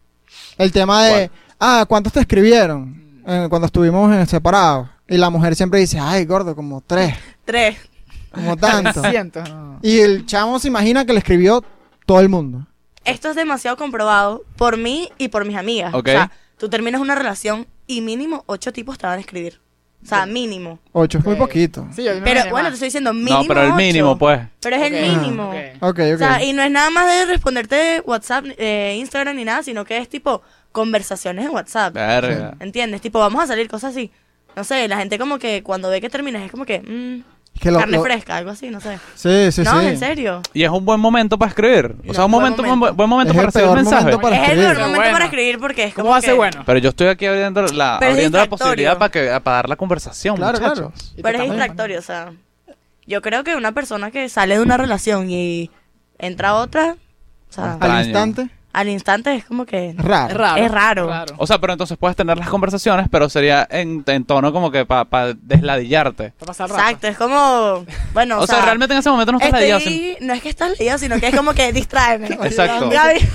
S1: El tema de, ah, ¿cuántos te escribieron eh, cuando estuvimos eh, separados? Y la mujer siempre dice, ay, gordo, como tres,
S4: tres.
S1: como tanto.
S3: Siento, no.
S1: Y el chamo se imagina que le escribió todo el mundo.
S4: Esto es demasiado comprobado por mí y por mis amigas.
S2: Ok.
S4: O sea, tú terminas una relación y mínimo ocho tipos te van a escribir. O sea, mínimo.
S1: Ocho es muy
S3: Ok.
S1: poquito.
S3: Sí, yo me
S4: Pero
S3: imaginé
S4: bueno,
S3: más.
S4: te estoy diciendo mínimo.
S2: No, pero el
S4: ocho.
S2: mínimo, pues.
S4: Pero es
S3: Ok.
S4: el mínimo.
S3: Ok.
S1: Ok,
S4: O sea,
S1: ok.
S4: y no es nada más de responderte WhatsApp, eh, Instagram ni nada, sino que es tipo conversaciones en WhatsApp.
S2: Verga.
S4: ¿Entiendes? Tipo, vamos a salir cosas así. No sé, la gente como que cuando ve que terminas es como que, mm,
S1: Que lo-
S4: carne
S1: lo-
S4: fresca, algo así, no sé.
S1: Sí, sí,
S4: no,
S1: sí.
S4: en serio.
S2: Y es un buen momento para escribir. O
S4: No,
S2: sea, un
S4: buen
S2: momento, buen
S4: momento.
S2: buen, momento
S1: Es
S2: para
S1: el
S2: recibir
S1: peor
S2: mensajes.
S1: momento para
S4: es el
S1: escribir.
S4: peor momento
S3: Bueno.
S4: para escribir porque es como
S3: ¿Cómo va a ser
S4: que-
S3: bueno?
S2: Pero yo estoy aquí abriendo la,
S4: Pero es
S2: abriendo la
S4: distractorio.
S2: posibilidad para, que, para dar la conversación,
S1: Claro,
S2: muchachos.
S1: claro.
S3: Y te
S4: Pero es
S3: estamos
S4: distractorio, o sea. Yo creo que una persona que sale de una relación y entra a otra, o sea,
S2: Ah.
S4: al,
S1: Al
S2: Extraño.
S1: instante,
S4: instante es como que...
S1: raro.
S3: llamando. raro.
S4: Es raro.
S2: O sea, pero entonces puedes tener las conversaciones, pero sería en, en tono como que para desladillarte.
S3: Para pasar rato.
S4: Exacto, es como... Bueno,
S2: O, sea, realmente en ese momento no estás
S4: estoy-
S2: ladillado. sino-
S4: No es que estás leído, sino que es como que distráeme.
S2: Exacto.
S4: Gaby-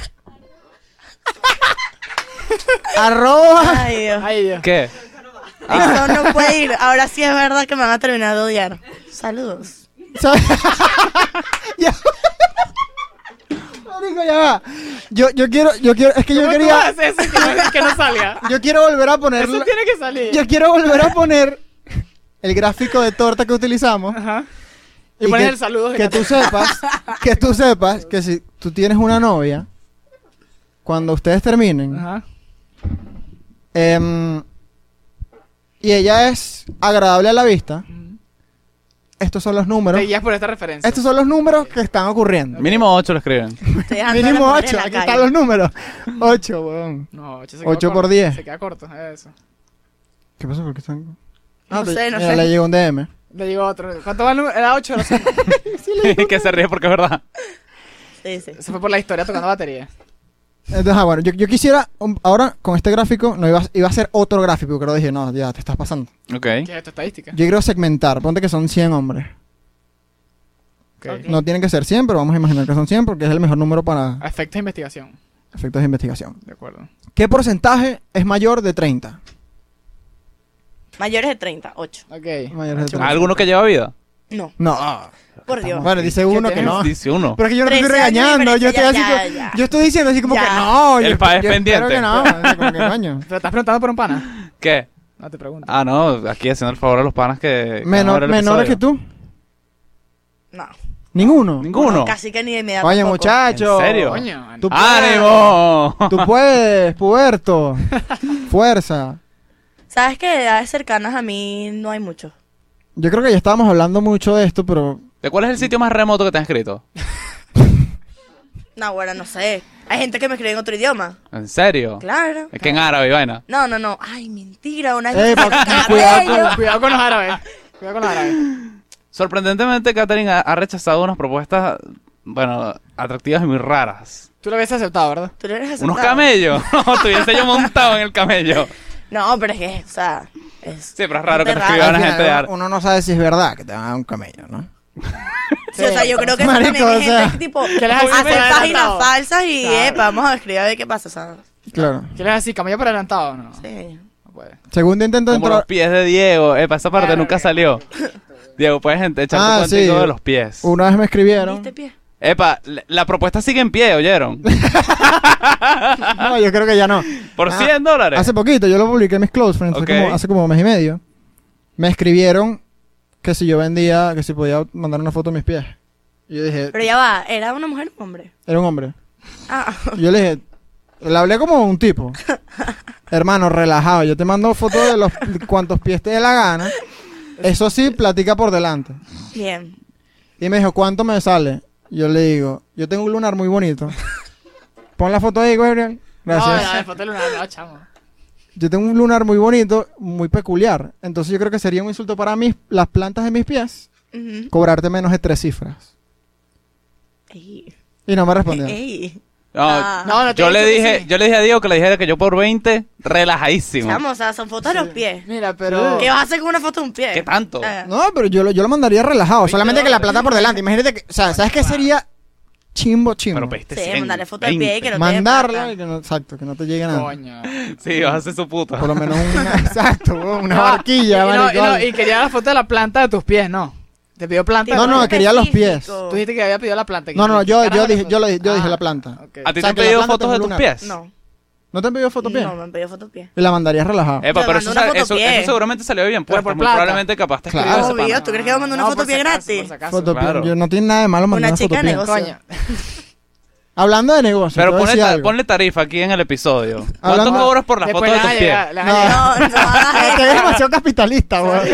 S1: Arroba.
S4: Ay, Dios.
S3: Ay, Dios.
S2: ¿Qué?
S4: Eso no puede ir. Ahora sí es verdad que me van a terminar de odiar. Saludos.
S1: ¿sabes? ya. Marico, ya va. Yo, yo quiero, yo quiero, es que yo
S3: ¿Cómo tú
S1: quería,
S3: haces eso que no, que no salga?
S1: yo quiero volver a poner,
S3: Eso tiene que salir.
S1: yo quiero volver a poner el gráfico de torta que utilizamos.
S3: Ajá. Y, pones
S1: que-
S3: el saludo.
S1: Que tú sepas, que tú sepas que si tú tienes una novia, cuando ustedes terminen,
S3: Ajá.
S1: em, y ella es agradable a la vista, estos son los números.
S3: Te guías por esta referencia.
S1: Estos son los números que están ocurriendo.
S2: Mínimo 8 lo escriben.
S4: Estoy dejando
S1: Mínimo
S4: a las mujeres
S1: 8,
S4: en la
S1: aquí
S4: calle.
S1: están los números. 8, weón.
S3: No, 8
S1: Ocho por diez.
S3: Se queda corto, eso.
S1: ¿Qué pasa? ¿Por qué están.?
S4: No
S1: te-
S4: sé, no
S1: mira,
S4: sé.
S1: le llegó un DM.
S3: Le digo otro. ¿Cuánto va el número? Era 8
S2: que se ríe porque es verdad.
S4: Sí, sí.
S3: Se fue por la historia tocando batería.
S1: Entonces, ah, bueno, yo, yo quisiera. um, ahora, con este gráfico, no iba, a- iba a ser otro gráfico, pero dije, no, ya te estás pasando.
S2: Ok.
S3: ¿Qué es tu estadística?
S1: Yo quiero segmentar. Ponte que son 100 hombres.
S3: Ok.
S1: No tienen que ser 100, pero vamos a imaginar que son 100 porque es el mejor número para
S3: A Efectos de investigación.
S1: efectos de investigación.
S3: De acuerdo.
S1: ¿Qué porcentaje es mayor de 30?
S4: Mayores de 30, 8.
S3: Ok.
S1: Mayores de
S3: Ocho.
S1: tres.
S2: ¿Alguno que lleva vida?
S4: No,
S1: No.
S4: por Dios.
S1: bueno, dice uno que
S3: tenemos?
S1: no.
S2: Dice uno.
S1: Pero es que yo no te estoy
S4: 13 años de
S1: regañando. Yo estoy,
S4: diferencia,
S1: así
S4: ya,
S1: como-
S4: ya, ya.
S1: yo estoy diciendo así como
S4: Ya.
S1: que no.
S2: El
S1: yo-
S2: país
S1: yo espero
S2: pendiente.
S1: que no. así como que, coño.
S3: ¿Te lo estás preguntando por un pana?
S2: ¿Qué?
S3: No te pregunto.
S2: Ah, no, aquí haciendo el favor a los panas que. que van a
S1: Menor,
S2: ver el
S1: menores que
S2: episodio.
S1: tú.
S4: No.
S1: Ninguno.
S2: Ninguno.
S4: Casi que ni de mi edad.
S1: Oye,
S4: tampoco.
S1: muchacho.
S2: ¿En serio?
S3: Coño.
S1: Tú-
S2: ¡Ánimo!
S1: Tú puedes, puerto. Fuerza.
S4: ¿Sabes que de edades cercanas a mí no hay mucho?
S1: Yo creo que ya estábamos hablando mucho de esto, pero
S2: ¿De cuál es el sitio más remoto que te han escrito?
S4: No, bueno, no sé. Hay gente que me escribe en otro idioma.
S2: ¿En serio?
S4: Claro.
S2: Es que en árabe, y vaina.
S4: No, no, no. Ay, mentira. Una
S1: Eh,
S4: vez me
S1: porque-
S4: sacaron
S1: cuidado
S4: cabello.
S3: Cuidado con los árabes. Cuidado con los árabes.
S2: Sorprendentemente, Katherine ha, ha rechazado unas propuestas, bueno, atractivas y muy raras.
S3: Tú lo habías aceptado, ¿verdad?
S4: Tú no eres
S2: ¿Unos
S4: aceptado.
S2: camellos? Tuviese yo montado en el camello.
S4: No, pero es que, o sea. Es
S2: Sí, pero es raro que te
S4: Raro.
S2: escriban a
S1: al
S2: gente de
S1: final,
S2: árabe.
S1: uno no sabe si es verdad que te van a dar un camello, ¿no?
S4: Sí, o sea, yo creo que eso
S1: Marico,
S4: también hay
S1: o sea,
S4: gente que, tipo
S3: que las hace por
S4: hace
S3: adelantado.
S4: páginas falsas y
S3: Claro.
S4: epa, vamos a escribir a ver qué pasa, o sea,
S1: Claro.
S3: ¿Quieres decir camello por adelantado? No,
S4: sí.
S3: no puede.
S1: Segundo intento de
S2: Como los
S1: entrar.
S2: pies de Diego. Epa, esa parte
S3: Verga.
S2: nunca salió. Diego, puedes gente, echar
S1: Ah,
S2: tu cuentico
S1: sí.
S2: de los pies.
S1: Una vez me escribieron.
S4: ¿Viste pie?
S2: Epa, la, la propuesta sigue en pie, ¿oyeron?
S1: No, yo creo que ya no.
S2: Por
S1: Ah,
S2: 100 dólares.
S1: Hace poquito, yo lo publiqué en mis close friends hace
S2: Ok.
S1: como- hace como un mes y medio. Me escribieron que si yo vendía, que si podía mandar una foto de mis pies. Y yo dije,
S4: Pero ya va, ¿era una mujer o un hombre?
S1: era un hombre.
S4: Ah,
S1: Y yo le dije, Le hablé como un tipo. Hermano, relajado. Yo te mando fotos de los cuantos pies te dé la gana. Eso sí, platica por delante.
S4: Bien.
S1: Y me dijo, ¿cuánto me sale? Yo le digo, yo tengo un lunar muy bonito. Pon la foto ahí, Gabriel. Gracias.
S3: No, no, después te lo- no, no, chamo.
S1: Yo tengo un lunar muy bonito, muy peculiar. Entonces yo creo que sería un insulto para mis, las plantas de mis pies
S4: Ujú.
S1: cobrarte menos de tres cifras.
S4: Ey.
S1: Y no me respondió.
S4: Ey.
S2: No,
S4: Ah.
S3: No, no te
S2: yo
S3: he
S2: le
S3: dicho que
S2: dije,
S3: sí.
S2: yo le dije a Diego que le dijera que yo por 20, relajadísimo.
S4: Chamo, o sea, son fotos de los pies.
S3: Mira, pero.
S4: ¿Qué vas a hacer con una foto de un pie?
S2: ¿Qué tanto?
S4: Ah.
S1: No, pero yo lo, yo lo mandaría relajado. Solamente que la plata por delante. Imagínate que, o sea, ¿sabes qué sería chimbo, chimbo?
S2: Pero pues, este pediste
S4: Sí,
S2: 100,
S4: mandarle foto al pie
S2: 20.
S4: que no- te dé
S1: Mandarla
S4: plata.
S1: y que no, exacto, que no te llegue nada.
S3: Coño.
S2: Sí, vas a hacer su puta.
S1: Por lo menos una, exacto, una
S3: No,
S1: barquilla.
S3: y, no, y,
S1: marico,
S3: no,
S1: algo.
S3: y quería la foto de la planta de tus pies, no. Te pidió planta.
S1: No, no,
S3: tú
S1: quería los pies.
S4: Específico.
S3: dijiste que había pedido la planta.
S1: No, no, yo, yo
S3: Carajo,
S1: dije, yo, lo, yo
S3: Ah,
S1: dije la planta.
S3: ok.
S2: ¿A ti
S1: O
S2: te
S1: sea,
S2: han
S1: que la
S2: pedido
S1: planta
S2: fotos de
S1: tiene
S2: tus
S1: lunar.
S2: pies?
S4: No,
S1: ¿No te han pedido foto pie?
S4: no, Eh, me han pedido fotos de pie.
S1: Y la mandarías relajado.
S2: Epa,
S4: Te
S2: pero
S4: mandó
S2: eso,
S4: una
S2: sa-
S4: foto
S2: eso-
S4: pie.
S2: eso seguramente salió bien
S3: Pero
S2: puesto.
S3: por
S2: muy
S3: plata.
S2: probablemente capaz te escribió
S1: Claro.
S2: ese
S4: Obvio,
S2: pana.
S4: ¿tú crees que yo mando una
S3: No,
S4: foto
S3: por si
S4: pie
S3: acaso,
S4: gratis?
S3: por si acaso.
S1: Foto pie.
S2: claro.
S1: Yo no tiene nada de malo mandar
S4: Una
S1: una foto
S4: chica de
S1: pie.
S4: negocio.
S3: Coño.
S1: Hablando de negocio. te
S2: Pero
S1: voy a
S2: ponle,
S1: decir
S2: ta-
S1: algo.
S2: ponle tarifa aquí en el episodio. ¿Cuánto
S1: Hablando-
S2: cobras por la foto
S3: Después
S2: de
S3: le
S2: tus
S3: van a
S2: pies?
S3: llegar- le van a llegar-
S4: No, no,
S1: Ah, Te
S4: ay,
S1: ves demasiado capitalista, güey.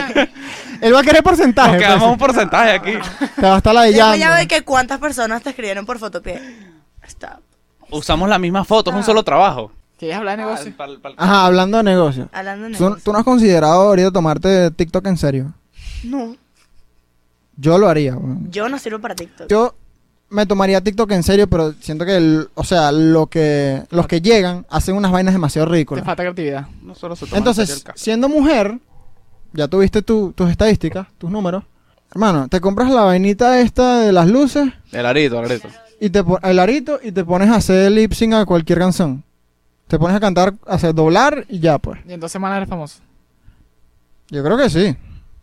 S1: Él va a querer porcentaje.
S2: Nos quedamos un
S1: pues.
S2: porcentaje aquí.
S1: Te va a estar
S4: Después ya ve
S1: la
S4: que cuántas personas te escribieron por foto pie. Stop.
S2: Usamos las mismas fotos,
S1: Ah.
S2: es un solo trabajo.
S3: ¿Querías hablar de negocio?
S1: Ajá, hablando de negocio.
S4: Hablando de
S1: ¿Tú,
S4: negocios.
S1: tú no has considerado ahorita tomarte TikTok en serio?
S4: No,
S1: Yo lo haría, güey.
S4: yo no sirvo para TikTok.
S1: Yo me tomaría TikTok en serio, pero siento que, el- o sea, lo que, los que llegan hacen unas vainas demasiado
S3: Te
S1: ridículas.
S3: falta creatividad.
S1: Entonces, siendo mujer, ya tuviste tu- tus estadísticas, tus números. Hermano, te compras la vainita esta de las luces
S2: El arito, el arito.
S1: y te pon- el arito y te pones a hacer lip sync a cualquier canción. Te pones a cantar, a hacer doblar y ya pues.
S3: Y en dos semanas eres famoso.
S1: Yo creo que sí.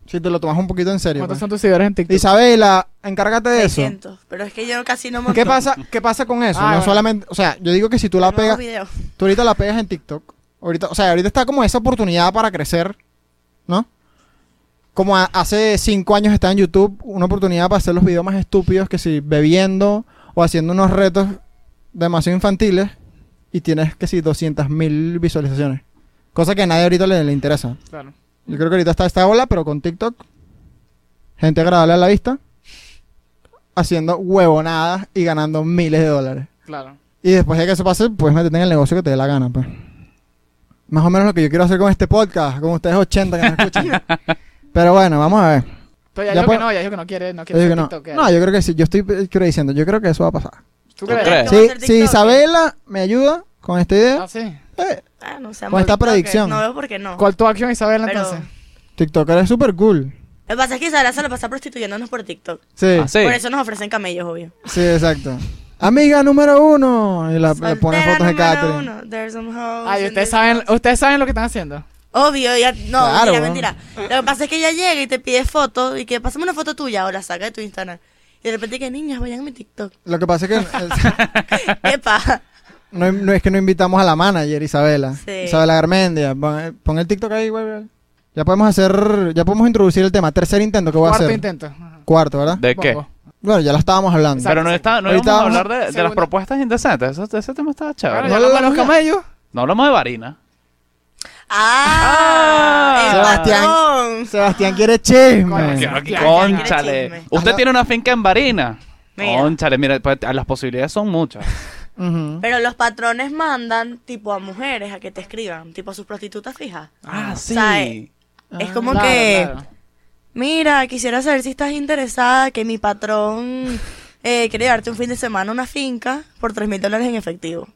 S1: Si te lo tomas un poquito en serio.
S3: ¿Cuántos
S1: pues.
S3: son tus seguidores en TikTok?
S1: Isabela, encárgate de eso.
S4: 600, pero es que yo casi no me
S1: ¿Qué pasa, ¿Qué pasa con eso?
S3: Ah,
S1: no
S3: bueno.
S1: solamente, o sea, yo digo que si tú la pegas,
S4: videos.
S1: tú ahorita la pegas en TikTok, ahorita, o sea, ahorita está como esa oportunidad para crecer, ¿no? Como a- hace cinco años está en YouTube, una oportunidad para hacer los videos más estúpidos que si bebiendo o haciendo unos retos demasiado infantiles y tienes que si 200 mil visualizaciones. Cosa que a nadie ahorita le, le interesa.
S3: Claro.
S1: Yo creo que ahorita está esta ola, pero con TikTok. Gente agradable a la vista. Haciendo huevonadas y ganando miles de dólares.
S3: Claro.
S1: Y después de que eso pase, puedes meterte en el negocio que te dé la gana, pues. Más o menos lo que yo quiero hacer con este podcast, con ustedes 80 que nos escuchan.
S2: ¿Ah,
S1: Pero bueno, vamos a ver.
S3: Pero ya,
S1: Ya
S3: dijo
S1: puedo-
S3: que no, ya dijo que no quiere, no
S1: Yo
S3: quiere
S1: digo
S3: ser
S1: que no.
S3: TikToker.
S1: No, yo creo que sí. Yo estoy eh, creo diciendo, yo creo que eso va a pasar.
S2: ¿Tú
S3: ¿Tú crees?
S2: crees?
S4: ¿Tú vas a
S1: Sí, si
S4: ser TikToker?
S1: Isabela me ayuda con esta idea,
S3: Ah, sí.
S1: eh,
S4: Ah, no sé,
S1: Con esta
S4: TikTok,
S1: predicción.
S4: No veo por qué no.
S3: ¿Cuál tu acción, Isabela,
S4: Pero-
S3: entonces?
S1: TikToker es súper cool.
S4: Lo que pasa es que Isabela se lo pasa prostituyéndonos por TikTok.
S1: Sí,
S2: Ah, sí.
S4: Por eso nos ofrecen camellos, obvio.
S1: sí, exacto. Amiga número uno. Y la, le pone
S4: Soltera
S1: fotos de
S4: número
S1: Catherine.
S4: uno, there's some hoes
S3: Ay,
S4: in
S3: ustedes
S4: this
S3: saben,
S4: house.
S3: ustedes saben lo que están haciendo.
S4: Obvio, ya. No,
S1: Claro, weón.
S4: mentira, mentira. Lo que pasa es que ella llega y te pide fotos y que pasame una foto tuya ahora, saca de tu Instagram. Y de repente que niñas, vayan a mi TikTok.
S1: Lo que pasa es que eh,
S4: Epa.
S1: no, no es que no invitamos a la manager Isabela.
S4: Sí.
S1: Isabela Garmendia. Pon, eh, pon el TikTok ahí, güey. güey. Ya podemos hacer, ya podemos introducir el tema. Tercer intento que voy a
S3: Cuarto
S1: hacer.
S3: intento. Ajá.
S1: Cuarto, ¿verdad?
S2: ¿De qué?
S3: Bongo.
S1: Bueno, ya lo estábamos hablando.
S3: Exacto.
S2: Pero no, está, no
S1: Ahorita
S2: íbamos a
S1: vamos a-
S2: hablar de, de las
S3: Segunda.
S2: propuestas indecentes. Eso- ese tema estaba
S3: Claro,
S2: chévere.
S3: ya
S1: No
S2: No,
S1: lo
S3: hablamos de los
S1: hablamos.
S3: camellos.
S2: hablamos de varina.
S4: Ah, el
S1: Sebastián.
S4: patrón.
S1: Sebastián quiere chisme.
S3: Coño,
S2: Quiero-
S3: claro, claro.
S4: Quiero
S2: Cónchale.
S4: chisme.
S2: Usted
S1: Ajá.
S2: tiene una finca en varina.
S4: Mira.
S2: Cónchale, mira, pues, las posibilidades son muchas.
S1: Ujú.
S4: Pero los patrones mandan tipo a mujeres a que te escriban, tipo a sus prostitutas fijas.
S2: Ah, sí.
S4: ¿Sabes? es como
S3: Ah, Claro,
S4: que,
S3: claro.
S4: mira, quisiera saber si estás interesada que mi patrón eh, quiere darte un fin de semana a una finca por tres mil dólares en efectivo.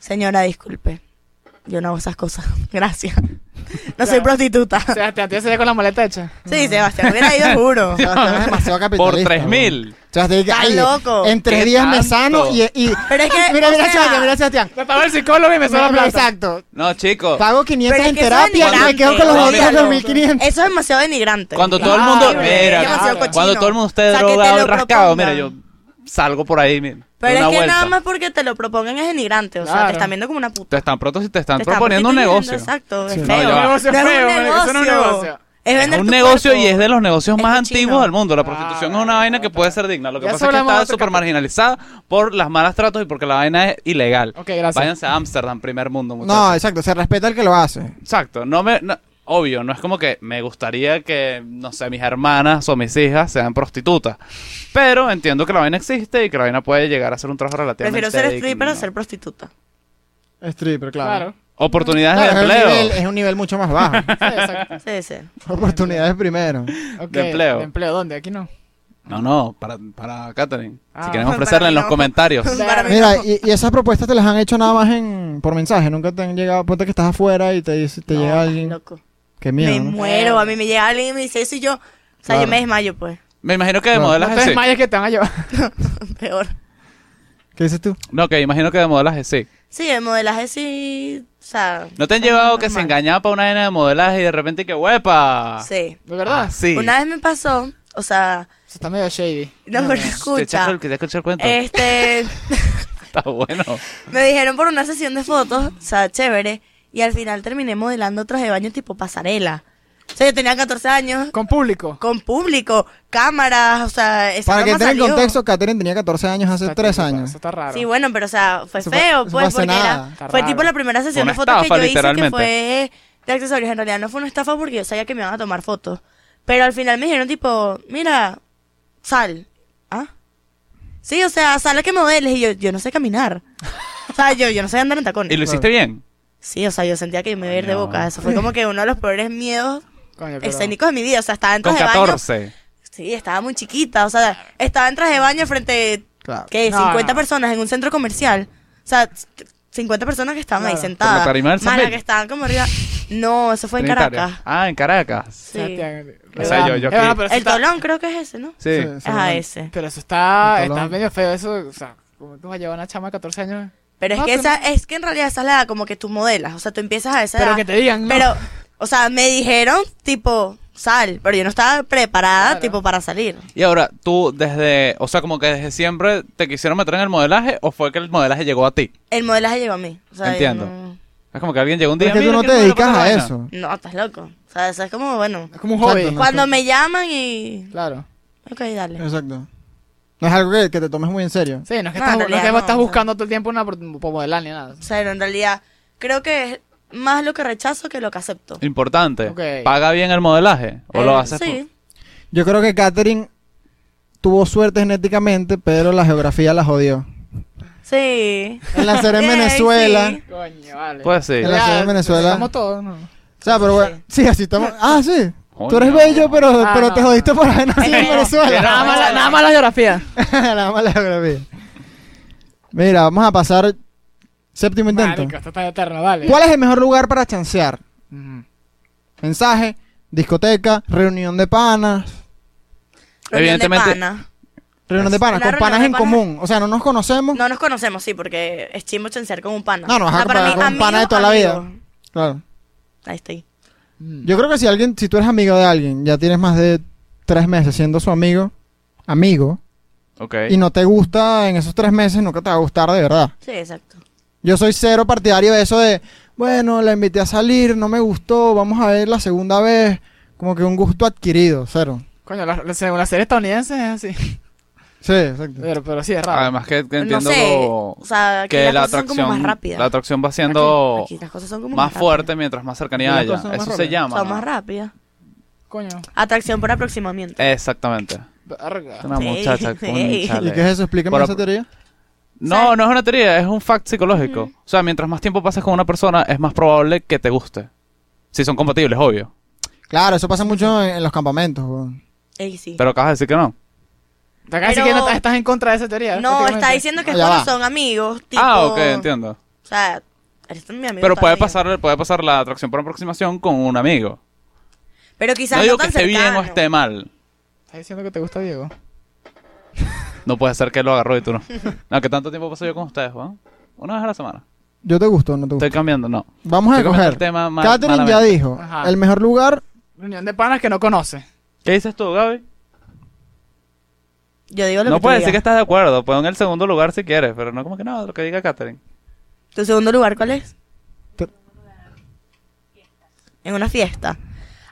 S4: Señora, disculpe. Yo no hago esas cosas. Gracias. No soy prostituta.
S3: O sea, te antes sería con la maleta hecha.
S4: Sí, Sebastián, hubiera ido, juro.
S1: Sebastián es demasiado capitalista.
S2: Por 3000.
S1: güey. Sebastián,
S4: Está
S1: ay,
S4: loco.
S1: En tres
S2: ¿Qué
S1: días me
S2: tanto?
S1: sano y... y-
S4: Pero es que,
S1: mira,
S4: o
S1: mira,
S4: sea,
S1: Sebastián, mira, Sebastián.
S3: Me pagó el psicólogo y me sobra plata.
S1: Exacto.
S2: No, chicos.
S1: Pago 500
S4: Pero es
S1: en
S4: que eso es
S1: terapia y me
S4: denigrante,
S1: quedo con los
S2: No,
S1: delitos
S2: mira,
S1: de 1500.
S4: Eso es demasiado denigrante.
S2: Cuando todo el mundo.
S3: Claro,
S2: Mira,
S3: es demasiado cochino.
S2: cuando todo el mundo esté
S4: O sea, que te
S2: drogado
S4: lo
S2: y rascado, mira, yo
S4: propongan.
S2: salgo por ahí. mira, de
S4: Pero es
S2: una
S4: que
S2: vuelta.
S4: nada más porque te lo propongan es denigrante. O sea,
S3: Claro.
S4: te están viendo como una puta.
S2: Te están, proto- te están
S4: Te están
S2: proponiendo un
S4: prostituyendo,
S2: negocio.
S4: Exacto,
S1: Sí.
S4: es
S2: No,
S4: feo.
S2: ya va.
S3: Negocio
S4: No es
S3: feo,
S4: un
S3: marico, eso no es un
S4: negocio.
S3: negocio.
S4: Es
S2: Es
S4: vender
S2: un
S4: tu
S2: negocio
S4: cuerpo.
S2: y es de los negocios
S4: Es
S2: más
S4: un
S2: antiguos
S4: chino.
S2: del mundo. La prostitución es una vaina que puede ser digna. Lo que
S3: Ya
S2: pasa es que
S3: hablamos en
S2: está
S3: otro
S2: súper
S3: capítulo.
S2: marginalizada por las malas tratos y porque la vaina es ilegal.
S3: Ok, gracias.
S2: Váyanse a Ámsterdam, primer mundo,
S1: No,
S2: muchachos.
S1: exacto, se respeta el que lo hace.
S2: Exacto. No me, no- obvio, no es como que me gustaría que, no sé, mis hermanas o mis hijas sean prostitutas. Pero entiendo que la vaina existe y que la vaina puede llegar a ser un trabajo relativamente
S4: Prefiero ser stripper a
S2: digno.
S4: ser prostituta.
S1: Stripper,
S3: Claro.
S1: claro.
S2: Oportunidades
S1: Claro,
S2: de
S1: es,
S2: empleo.
S1: un nivel, es un nivel mucho más bajo.
S3: Sí, exacto.
S4: Sí, sí.
S1: Oportunidades primero.
S3: Ok,
S2: De empleo.
S3: ¿De empleo dónde? Aquí no.
S2: No, no, para, para Katherine.
S3: Ah.
S2: si queremos
S4: Para
S2: ofrecerla en
S4: mí
S2: los
S4: no.
S2: comentarios.
S4: Para mí
S1: Mira,
S4: no.
S1: y, y esas propuestas te las han hecho nada más en por mensaje. Nunca te han llegado. Ponte que estás afuera y te, dice- te
S4: No,
S1: llega alguien.
S4: Loco.
S1: Qué
S4: Me
S1: miedo. ¿no?
S4: muero. A mí me llega alguien y me dice eso y yo. O sea,
S1: Claro.
S4: yo me desmayo, pues.
S2: Me imagino que de
S1: No,
S2: modelas
S3: No te
S2: es sí.
S3: desmayes que te van a llevar.
S4: Peor.
S1: ¿Qué dices tú?
S2: No, que imagino que de modelaje sí.
S4: Sí, el modelaje sí. O sea.
S2: ¿No te han
S4: es
S2: llevado
S4: normal.
S2: que se engañaba para una vaina de modelaje y de repente que huepa?
S4: Sí.
S3: ¿De verdad?
S2: Ah, sí.
S4: Una vez me pasó, o sea.
S3: Eso está medio shady.
S4: No, pero
S2: Te echaste
S4: escucha.
S2: el, te echaste el cuento.
S4: Este.
S2: Está bueno.
S4: me dijeron por una sesión de fotos, o sea, chévere. Y al final terminé modelando traje de baño tipo pasarela. O sea, yo tenía 14 años.
S3: Con público.
S4: con público, cámaras, o sea, esa
S1: Para que
S4: broma
S1: entren en
S4: salió.
S1: contexto, Catherine tenía 14 años hace
S3: Está
S1: 3
S3: chido,
S1: años.
S3: Eso está raro.
S4: Sí, bueno, pero o sea, fue
S1: Eso fue-
S4: feo,
S1: eso fue
S4: pues,
S1: hace
S4: porque
S1: nada.
S4: era,
S3: Está
S4: fue
S3: raro.
S4: tipo la primera sesión
S2: Una
S4: de
S2: estafa,
S4: fotos que yo hice que
S2: literalmente.
S4: fue de accesorios. En realidad no fue una estafa porque yo sabía que me iban a tomar fotos. Pero al final me dijeron tipo, mira, sal. ¿Ah? Sí, o sea, sal a que modeles y yo, yo no sé caminar. O sea, yo, yo no sé andar en tacones.
S2: ¿Y lo hiciste bien?
S4: Sí, o sea, yo sentía que me iba a ir de
S2: Coño.
S4: boca. Eso fue como que uno de los peores miedos
S3: Coño, pero-
S4: escénicos de mi vida. O sea, estaba en
S2: Con
S4: traje de baño,
S2: 14.
S4: Sí, estaba muy chiquita, o sea, estaba en traje de baño frente
S1: Claro.
S4: que
S3: No,
S4: 50
S3: no.
S4: personas en un centro comercial. O sea, c- 50 personas que estaban ahí
S3: Claro.
S2: Por
S4: sentadas.
S2: la tarima del San
S4: Mala,
S2: Miguel.
S4: que estaban como arriba. No, eso fue pues, en
S2: Trinitaria.
S4: Caracas.
S2: Ah, en Caracas.
S4: Sí.
S3: Santiago.
S2: O sea, yo- yo
S3: Eh, bueno,
S2: aquí-
S3: pero eso
S4: El
S3: está-
S4: Tolón creo que es ese, ¿no?
S2: Sí.
S1: Sí, sí.
S4: Ajá, ese.
S3: Pero eso está,
S1: El
S3: está
S1: talón.
S3: medio feo eso, o sea, ¿cómo tú vas a llevar a una chama de 14 años?
S4: Pero es
S3: No,
S4: que
S3: pero-
S4: esa, es que en realidad esa es la edad como que tú modelas, o sea, tú empiezas a esa
S3: Pero
S4: edad.
S3: que te digan, ¿no?
S4: Pero, o sea, me dijeron tipo, sal, pero yo no estaba preparada
S3: Claro.
S4: tipo para salir.
S2: Y ahora, tú desde, o sea, como que desde siempre te quisieron meter en el modelaje o fue que el modelaje llegó a ti?
S4: El modelaje llegó a mí. O sea, yo
S2: Entiendo.
S4: no-
S2: Es como que alguien llegó un día.
S1: Pero es que tú
S2: "Mira,
S1: no te
S2: quiero modelo
S1: dedicas
S2: para
S1: a
S2: esta
S1: eso.
S4: No, estás loco. O sea, eso es como, bueno,
S3: Es como un
S1: Exacto,
S3: hobby.
S1: no.
S4: cuando me llaman y
S3: Claro.
S4: Ok, dale.
S1: Exacto. No es algo que, que te tomes muy en serio.
S3: Sí, no es que,
S4: No,
S3: estás,
S4: en
S3: no es que
S4: realidad no,
S3: estás
S4: o sea.
S3: buscando todo el tiempo una por, por modelar ni nada.
S4: O sea, pero en realidad creo que es más lo que rechazo que lo que acepto.
S2: Importante.
S3: Ok.
S2: ¿Paga bien el modelaje? ¿O
S4: Eh,
S2: lo haces tú?
S4: Sí.
S1: Yo creo que Catherine tuvo suerte genéticamente, pero la geografía la jodió.
S4: Sí.
S1: En la serie en
S4: Yay,
S1: Venezuela.
S4: sí.
S3: Coño, vale.
S2: Pues sí.
S1: En la ciudad de Venezuela.
S3: Estamos todos, ¿no?
S1: O sea, pero bueno. Sí, así estamos. Ah, sí.
S2: Coño.
S1: Tú eres bello, pero,
S3: Ah,
S1: pero
S3: no,
S1: te
S3: no.
S1: jodiste por haber nacido en
S4: no,
S1: Venezuela.
S3: Nada más, la, nada más la geografía.
S1: Nada más la geografía. Mira, vamos a pasar séptimo intento.
S3: Marico, esto está eterno, dale. Mm,
S1: ¿Cuál es el mejor lugar para chancear?
S3: Ujú.
S1: Mensaje, discoteca, reunión de panas.
S4: Reunión de
S2: Evidentemente-
S4: pana.
S1: Reunión de panas,
S4: Una
S1: con
S4: reunión
S1: panas
S4: de
S1: en
S4: panas.
S1: común. O sea, no nos conocemos.
S4: No nos conocemos, sí, porque es chimbo chancear con un pana.
S1: No, no, vas a
S4: O sea, para
S1: comparar
S4: mí,
S1: con un
S4: amigo,
S1: pana de toda la vida.
S4: amigo.
S1: Claro.
S4: Ahí estoy.
S3: mm.
S1: Yo creo que si alguien, si tú eres amigo de alguien, ya tienes más de tres meses siendo su amigo, amigo,
S2: Ok.
S1: y no te gusta en esos tres meses, nunca te va a gustar de verdad.
S4: Sí, exacto.
S1: Yo soy cero partidario de eso de, bueno, la invité a salir, no me gustó, vamos a ver la segunda vez. Como que un gusto adquirido, cero.
S3: Coño, la, la- según la serie estadounidense es así.
S1: Sí, exacto.
S3: Pero, pero sí, es raro.
S2: Además que, que entiendo
S4: No sé. O sea, aquí
S2: que
S4: las
S2: la
S4: cosas son como más
S2: atracción,
S4: rápidas.
S2: la atracción va siendo
S4: Aquí- aquí las cosas son como
S2: más
S4: rápidas.
S2: fuerte mientras más cercanía
S1: Las
S2: haya.
S1: cosas son más
S2: Eso se
S1: rápidas.
S2: llama.
S4: Son más rápidas.
S3: Coño.
S4: Atracción por aproximamiento.
S2: Exactamente.
S3: Verga.
S2: Una
S4: Sí,
S2: muchacha
S4: sí.
S2: cónchale.
S1: ¿Y qué es eso? Explícame
S2: Por-
S1: esa teoría.
S2: No, no es una teoría, es un fact psicológico. O sea, mientras más tiempo pases con una persona, es más probable que te guste. Si son compatibles, obvio.
S1: Claro, eso pasa mucho en, en los campamentos. weón.
S4: Ey, sí.
S2: Eh, Pero acabas de decir que no.
S3: Te acabas de decir
S4: Pero-
S3: que no estás- estás en contra de esa teoría.
S4: no,
S3: prácticamente.
S4: está diciendo que es
S1: Ah, Ya
S4: cuando
S1: va.
S4: son amigos. Tipo,
S2: Ah, ok, entiendo.
S4: O sea, eres mi amigo.
S2: Pero
S4: toda
S2: puede
S4: la vida.
S2: pasar, puede pasar la atracción por aproximación con un amigo.
S4: Pero
S2: No
S4: quizás no,
S2: digo que
S4: tan
S2: esté bien o
S4: cercano.
S2: esté mal.
S3: Estás diciendo que te gusta Diego.
S2: No puede ser que lo agarró y tú no. No, que tanto tiempo paso yo con ustedes, Juan. Una vez a la semana.
S1: Yo te gusto, o no te gusto.
S2: Estoy cambiando, no.
S1: Vamos a
S2: estoy cambiando
S1: escoger.
S4: este
S2: el tema mal-
S1: Catherine ya
S2: malamente.
S1: dijo,
S3: Ajá.
S1: el mejor lugar
S3: Reunión de panas que no conoce.
S2: ¿Qué dices tú, Gaby?
S4: Yo digo
S1: pues,
S4: lo
S2: No
S4: que tú
S2: puedes decir que
S4: digas.
S2: estás de acuerdo. Pon el segundo lugar si quieres, pero no como que no, lo que diga Katherine.
S4: ¿Tu segundo lugar cuál es?
S1: Te-
S4: En una fiesta.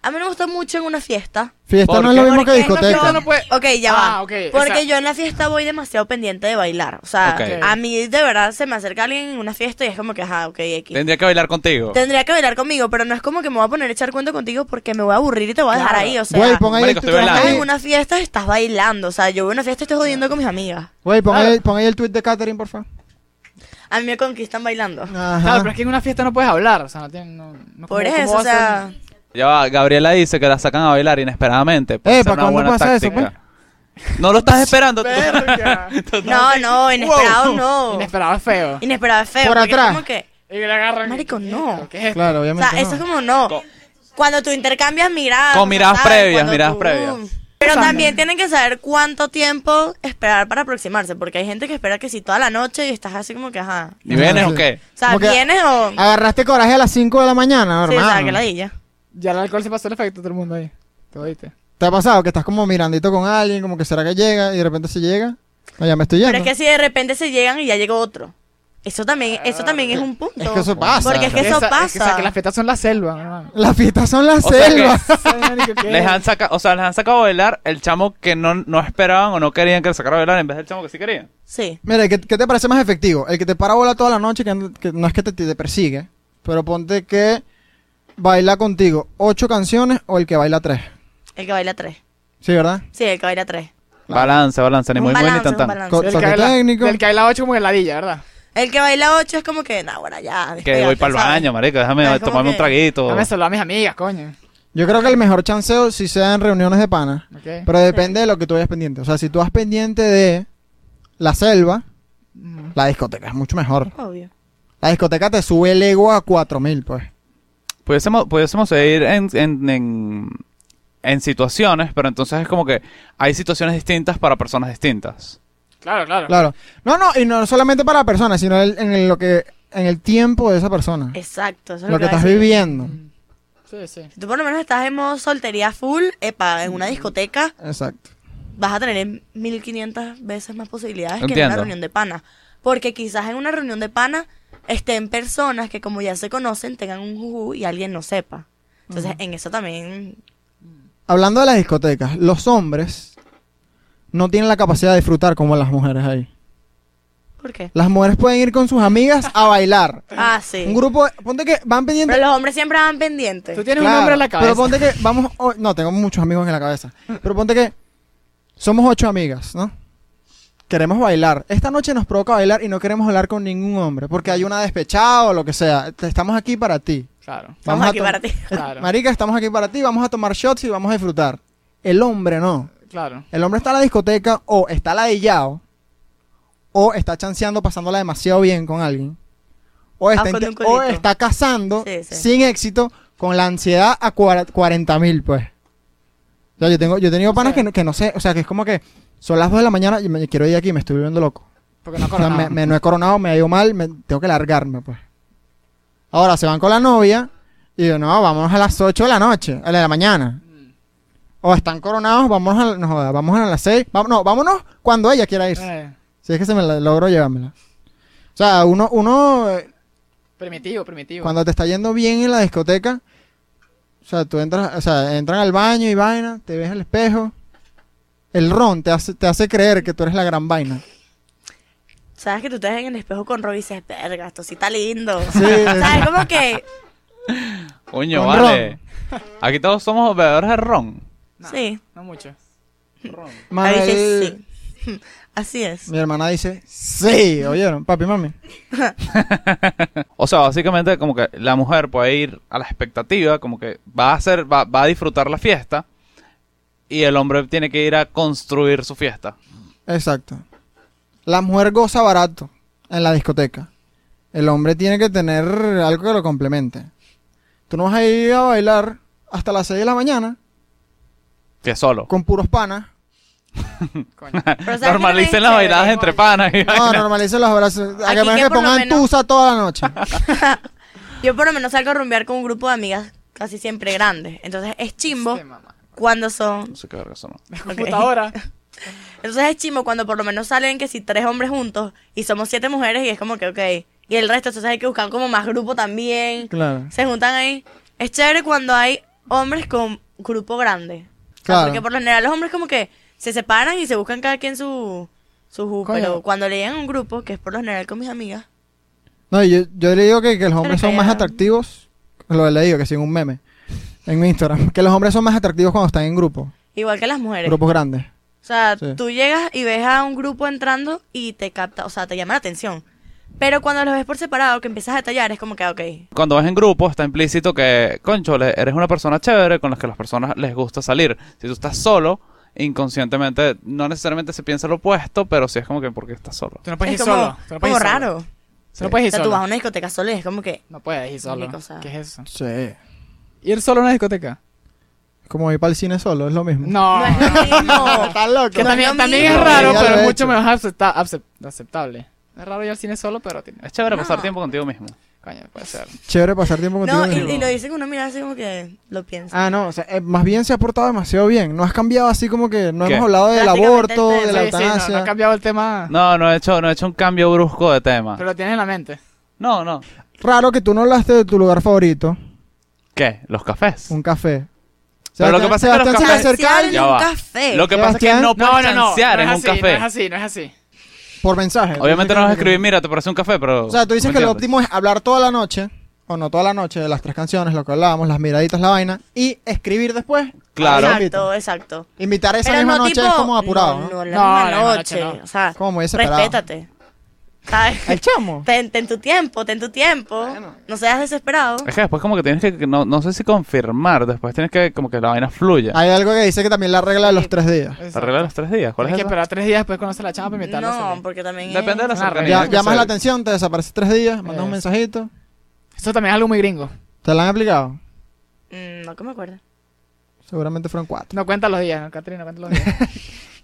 S4: A mí me gusta mucho en una fiesta.
S1: Fiesta no es
S2: Porque-
S1: lo mismo que
S3: Porque es una
S1: discoteca.
S3: fiesta, no puede-
S4: Ok, ya
S3: Ah,
S4: va.
S3: ok,
S4: Porque
S3: o sea-
S4: yo en la fiesta voy demasiado pendiente de bailar. O sea,
S2: Ok.
S4: a mí de verdad se me acerca alguien en una fiesta y es como que, ajá, ok, X.
S2: Tendría que bailar contigo.
S4: Tendría que bailar conmigo, pero no es como que me voy a poner a echar cuento contigo porque me voy a aburrir y te voy a dejar
S3: Claro.
S4: ahí. O sea,
S1: Güey, pon ahí el
S2: Marico,
S1: tu-
S2: estoy bailando.
S4: estás
S1: ahí-
S4: en una fiesta, estás bailando. O sea, yo voy a una fiesta y estoy jodiendo con mis amigas.
S1: güey, pon
S3: Claro.
S1: ahí- pon ahí el tweet de Catherine, por favor.
S4: A mí me conquistan bailando.
S3: Claro,
S1: Ajá.
S3: pero es que en una fiesta no puedes hablar. O sea, no tienen. No, no-
S4: Por
S3: ¿cómo- cómo
S4: eso,
S3: va
S4: o
S3: a ser?
S4: sea,
S2: Ya va, Gabriela dice que la sacan a bailar inesperadamente. Puede
S1: Eh,
S2: ser
S1: ¿pa'
S2: una
S1: cuándo
S2: buena
S1: pasa eso, pues?
S2: táctica. No lo estás esperando. tú.
S3: Verga.
S4: no, no, inesperado no.
S3: Oh, Inesperado es feo.
S4: Inesperado es feo.
S1: Por
S4: porque es
S1: atrás.
S4: como que,
S3: Y le agarran.
S4: Marico, no.
S3: ¿Qué es esto?
S1: Claro,
S4: o sea,
S1: obviamente.
S4: eso
S1: no.
S4: es como no.
S2: Co-
S4: Cuando tú intercambias miradas.
S2: Con
S4: o sea,
S2: miradas
S4: ¿sabes?
S2: previas,
S4: Cuando
S2: miradas
S4: tú- Mm.
S2: previas.
S4: Pero también tienen que saber cuánto tiempo esperar para aproximarse, porque hay gente que espera que si toda la noche y estás así como que, ajá.
S2: ¿Y vienes
S1: Ajá,
S2: o
S1: sí.
S2: qué?
S4: O sea,
S1: Como que-
S4: vienes o...
S1: Agarraste coraje a las 5 de la mañana,
S4: Sí, o
S1: hermano.
S4: sea, que ladilla.
S3: Ya el alcohol se pasó el efecto, todo el mundo ahí. Te oíste.
S1: ¿Te ha pasado que estás como mirandito con alguien, como que será que llega y de repente se llega? No, ya me estoy yendo.
S4: Pero es que si de repente se llegan y ya llegó otro. Eso también,
S2: Ah,
S4: eso también es un punto.
S1: es que eso pasa.
S4: Porque es que eso
S3: Esa-
S4: pasa.
S3: Es que, o sea, que las fiestas son la selva, hermano.
S1: Las fiestas son las
S2: O sea que-
S1: selvas.
S3: Marico, ¿qué
S2: Les
S3: es?
S2: han sacado, o sea, les han sacado a bailar el chamo que no, no esperaban o no querían que le sacara a bailar en vez del chamo que sí querían.
S4: Sí.
S1: Mira, ¿qué, qué te parece más efectivo? El que te para bola toda la noche, que, and- que no es que te, te persigue, pero ponte que baila contigo ocho canciones o el que baila tres.
S4: El que baila tres.
S1: Sí, ¿verdad?
S4: Sí, el que baila tres.
S2: Balance, balance, ni
S4: Un
S2: muy muy ni
S4: balance,
S2: tan
S4: un
S2: tan.
S4: balance.
S1: Co-
S3: Del que baila-
S1: técnico.
S3: Del que baila 8 como en ladilla, ¿verdad?
S4: El que baila ocho es como que, nah, bueno, ya.
S2: Que voy
S4: despégate,
S2: para el
S4: ¿sabes?
S2: baño, marico, déjame
S4: Ah, es como
S2: tomarme un
S4: que-
S1: Oh.
S2: traguito.
S3: Dame solo a mis amigas, coño.
S1: Yo creo que el mejor chanceo si sea en reuniones de pana,
S3: Ok.
S1: pero depende de lo que tú vayas pendiente. O sea, si tú vas pendiente de la selva,
S3: Mm.
S1: la discoteca es mucho mejor.
S4: Obvio.
S1: La discoteca te sube el ego a 4000, pues.
S2: Pudiésemos, pudiésemos seguir en, en, en, en situaciones, pero entonces es como que hay situaciones distintas para personas distintas.
S3: Claro, claro.
S1: Claro. No, no, y no solamente para la persona, sino el- en el, lo que en el tiempo de esa persona.
S4: Exacto. Eso es
S1: lo que
S4: iba a
S1: estás
S4: decir.
S1: viviendo.
S3: Mm. Sí, sí.
S4: Si tú por lo menos estás en modo soltería full, epa, en una discoteca,
S1: Exacto.
S4: vas a tener 1500 veces más posibilidades que en
S2: Entiendo.
S4: una reunión de pana. Porque quizás en una reunión de pana estén personas que como ya se conocen tengan un juju y alguien no sepa. Entonces, en eso también...
S1: Hablando de las discotecas, los hombres no tienen la capacidad de disfrutar como las mujeres ahí.
S4: ¿Por qué?
S1: Las mujeres pueden ir con sus amigas a bailar.
S4: Ah, sí.
S1: Un grupo, ponte que van pendientes.
S4: Pero los hombres siempre van pendientes.
S3: Tú tienes
S1: Claro,
S3: un hombre en la cabeza.
S1: Pero ponte que vamos, hoy- no, tengo muchos amigos en la cabeza. Pero ponte que somos ocho amigas, ¿no? Queremos bailar. Esta noche nos provoca bailar y no queremos hablar con ningún hombre porque hay una despechada o lo que sea. Te- Estamos aquí para ti.
S3: Claro.
S4: Vamos aquí
S1: to-
S4: para ti.
S3: Claro.
S1: Marica, estamos aquí para ti, vamos a tomar shots y vamos a disfrutar. El hombre no.
S3: Claro.
S1: El hombre está en la discoteca o está ladillado o está chanceando pasándola demasiado bien con alguien o está,
S4: Ah, con
S1: inte-
S4: un culito.
S1: o está cazando
S4: Sí, sí.
S1: sin éxito con la ansiedad a 40 mil pues. O sea, yo, tengo, yo he tenido panas que, no, que no sé, o sea, que es como que son las 2 de la mañana y me quiero ir de aquí, me estoy volviendo loco.
S3: Porque no
S1: O sea,
S3: coronaba.
S1: me, me- no he coronado, me ha ido mal, me- tengo que largarme, pues. Ahora se van con la novia y yo, no, vámonos a las 8 de la noche, a la de la mañana. O están coronados, vámonos a, la- no, joda, vámonos a las 6. Vamos, no, vámonos cuando ella quiera irse.
S3: Eh,
S1: Si es que se me la- logró llevármela. O sea, uno, uno eh,
S3: primitivo, primitivo.
S1: cuando te está yendo bien en la discoteca, o sea, tú entras, o sea, entran al baño y vaina, te ves al espejo. El ron te hace, te hace creer que tú eres la gran vaina.
S4: Sabes que tú te ves en el espejo con Rob y dices, verga, esto sí está lindo.
S1: Sí,
S4: ¿Sabes?
S1: sí.
S4: Como que...
S2: Coño,
S1: Con
S2: vale. Aquí todos somos bebedores de ron.
S3: No,
S4: Sí.
S3: No mucho.
S4: A
S1: Manuel-
S4: veces sí. Así es.
S1: Mi hermana dice, sí, oyeron, papi, mami.
S2: O sea, básicamente como que la mujer puede ir a la expectativa, como que va a hacer, va, va a disfrutar la fiesta y el hombre tiene que ir a construir su fiesta.
S1: Exacto. La mujer goza barato en la discoteca. El hombre tiene que tener algo que lo complemente. Tú no vas a ir a bailar hasta las 6 de la mañana
S2: Que solo.
S1: con puros panas.
S3: Coño.
S4: ¿sabes qué
S2: Normalicen
S4: también
S2: las
S4: es
S2: bailadas
S4: chévere?
S2: entre panas. y
S1: No,
S2: vaina.
S1: normalicen los abrazos. A
S4: Aquí
S1: que menos
S4: que
S1: que
S4: por lo
S1: pongan
S4: menos-
S1: tusa toda la noche.
S4: Yo por lo menos salgo a rumbear con un grupo de amigas casi siempre grandes. Entonces es chimbo
S3: Sí, mamá.
S4: cuando son...
S2: No sé qué verga son.
S3: La computadora.
S4: Entonces es chimbo cuando por lo menos salen que si tres hombres juntos y somos siete mujeres y es como que, ok. Y el resto, entonces hay que buscar como más grupo también.
S1: Claro.
S4: Se juntan ahí. Es chévere cuando hay hombres con grupo grande. O sea,
S1: Claro.
S4: Porque por lo general los hombres como que se separan y se buscan cada quien su, su ju-
S3: Coño.
S4: Pero cuando le llegan a un grupo, que es por lo general con mis amigas,
S1: No, yo, yo le digo que, que los hombres son más
S4: calla.
S1: atractivos. Lo he leído, que sin un meme. En mi Instagram. Que los hombres son más atractivos cuando están en grupo.
S4: igual que las mujeres.
S1: Grupos grandes.
S4: O sea,
S1: Sí.
S4: tú llegas y ves a un grupo entrando y te capta, o sea, te llama la atención. Pero cuando los ves por separado, que empiezas a detallar, es como que, ok,
S2: Cuando vas en grupo está implícito que, concho, le- eres una persona chévere con las que las personas les gusta salir. Si tú estás solo, inconscientemente, no necesariamente se piensa lo opuesto, pero sí es como que porque estás solo.
S3: Tú no puedes
S4: es
S3: ir
S4: como,
S3: solo. Tú no puedes
S4: como
S3: ir solo.
S4: raro.
S3: Tú no puedes
S4: O
S3: ir
S4: sea, tú vas a
S3: solo.
S4: una discoteca solo y es como que,
S3: No puedes ir solo.
S4: Marico, o sea.
S3: ¿Qué es eso?
S1: Sí. Es
S3: ¿Ir solo a una discoteca?
S1: como ir para el cine solo, es lo mismo.
S3: No.
S4: no es lo mismo.
S1: Estás loco.
S3: Ah. Que
S4: No es
S3: también,
S4: lo
S3: también
S4: mismo.
S3: es
S1: Ya
S3: raro,
S1: lo
S3: pero
S1: he
S3: es
S1: hecho.
S3: mucho menos acepta- acep- aceptable. Es raro ir al cine solo, pero tiene-
S2: Es chévere
S4: No.
S2: pasar tiempo contigo mismo.
S3: Coño, puede ser.
S1: Chévere pasar tiempo contigo.
S4: No, y,
S1: mismo.
S4: y lo dice con una mirada así como que lo piensa.
S1: Ah, no, o sea, eh, más bien se ha portado demasiado bien. No has cambiado así como que no
S2: ¿Qué?
S1: hemos hablado del
S4: Prácticamente
S1: aborto,
S4: el tema.
S1: de la
S3: Sí, sí, no, no
S1: eutanasia.
S3: ha cambiado el tema,
S2: No, no he hecho, no he hecho un cambio brusco de tema.
S3: pero lo tienes en la mente.
S2: No, no.
S1: Raro que tú no hablaste de tu lugar favorito,
S2: ¿Qué? Los cafés.
S1: un café.
S2: Pero lo que pasa es que los
S1: Sebastián se
S2: cafés-
S1: me acerca a
S4: Chanceable
S1: alguien
S2: Ya
S4: en un
S2: va.
S4: café.
S2: Lo que pasa es que
S1: Sebastián.
S2: no
S3: No,
S2: puedes
S3: no, no.
S2: chancear
S3: no es
S2: en un
S3: así,
S2: café.
S3: No es así, no es así.
S1: por mensaje.
S2: Obviamente no nos
S1: Entonces,
S2: escribís, mira, te parece un café, pero...
S1: O sea, tú dices
S2: ¿me
S1: que lo
S2: entiendes?
S1: óptimo es hablar toda la noche, o no toda la noche, de las tres canciones, lo que hablábamos, las miraditas, la vaina, y escribir después.
S2: Claro.
S1: Invita-
S4: Exacto, exacto.
S1: Invitar esa
S4: Pero
S1: misma
S4: no
S1: noche
S4: tipo,
S1: es como apurado, ¿no?
S4: No, no, la
S3: No,
S4: misma
S3: la misma
S4: noche.
S3: noche no.
S4: O sea,
S1: Como muy desesperado.
S4: respétate. ¿Sabes?
S1: El chamo.
S4: Ten, ten tu tiempo, ten tu tiempo.
S1: Bueno.
S4: No seas desesperado.
S2: Es que después como que tienes que, que no, no sé si confirmar, después tienes que como que la vaina fluya.
S1: Hay algo que dice que también la regla de los tres días.
S2: ¿Te arregla los tres días? ¿Cuál
S3: Tienes
S2: es
S3: que
S2: esa?
S3: esperar tres días después conocer a la chama para invitarla. a
S4: No,
S3: salir.
S4: porque también es-
S2: Depende de la
S3: Es una
S2: cercanía.
S1: Ya,
S2: que
S1: llamas
S2: se-
S1: la atención, te desapareces tres días, mandas un
S3: Es.
S1: mensajito.
S3: Eso también es algo muy gringo.
S1: ¿Te la han aplicado?
S4: Mm, No que me acuerdo.
S1: Seguramente fueron cuatro.
S3: No cuenta los días, ¿no, Catrina? No cuenta los días.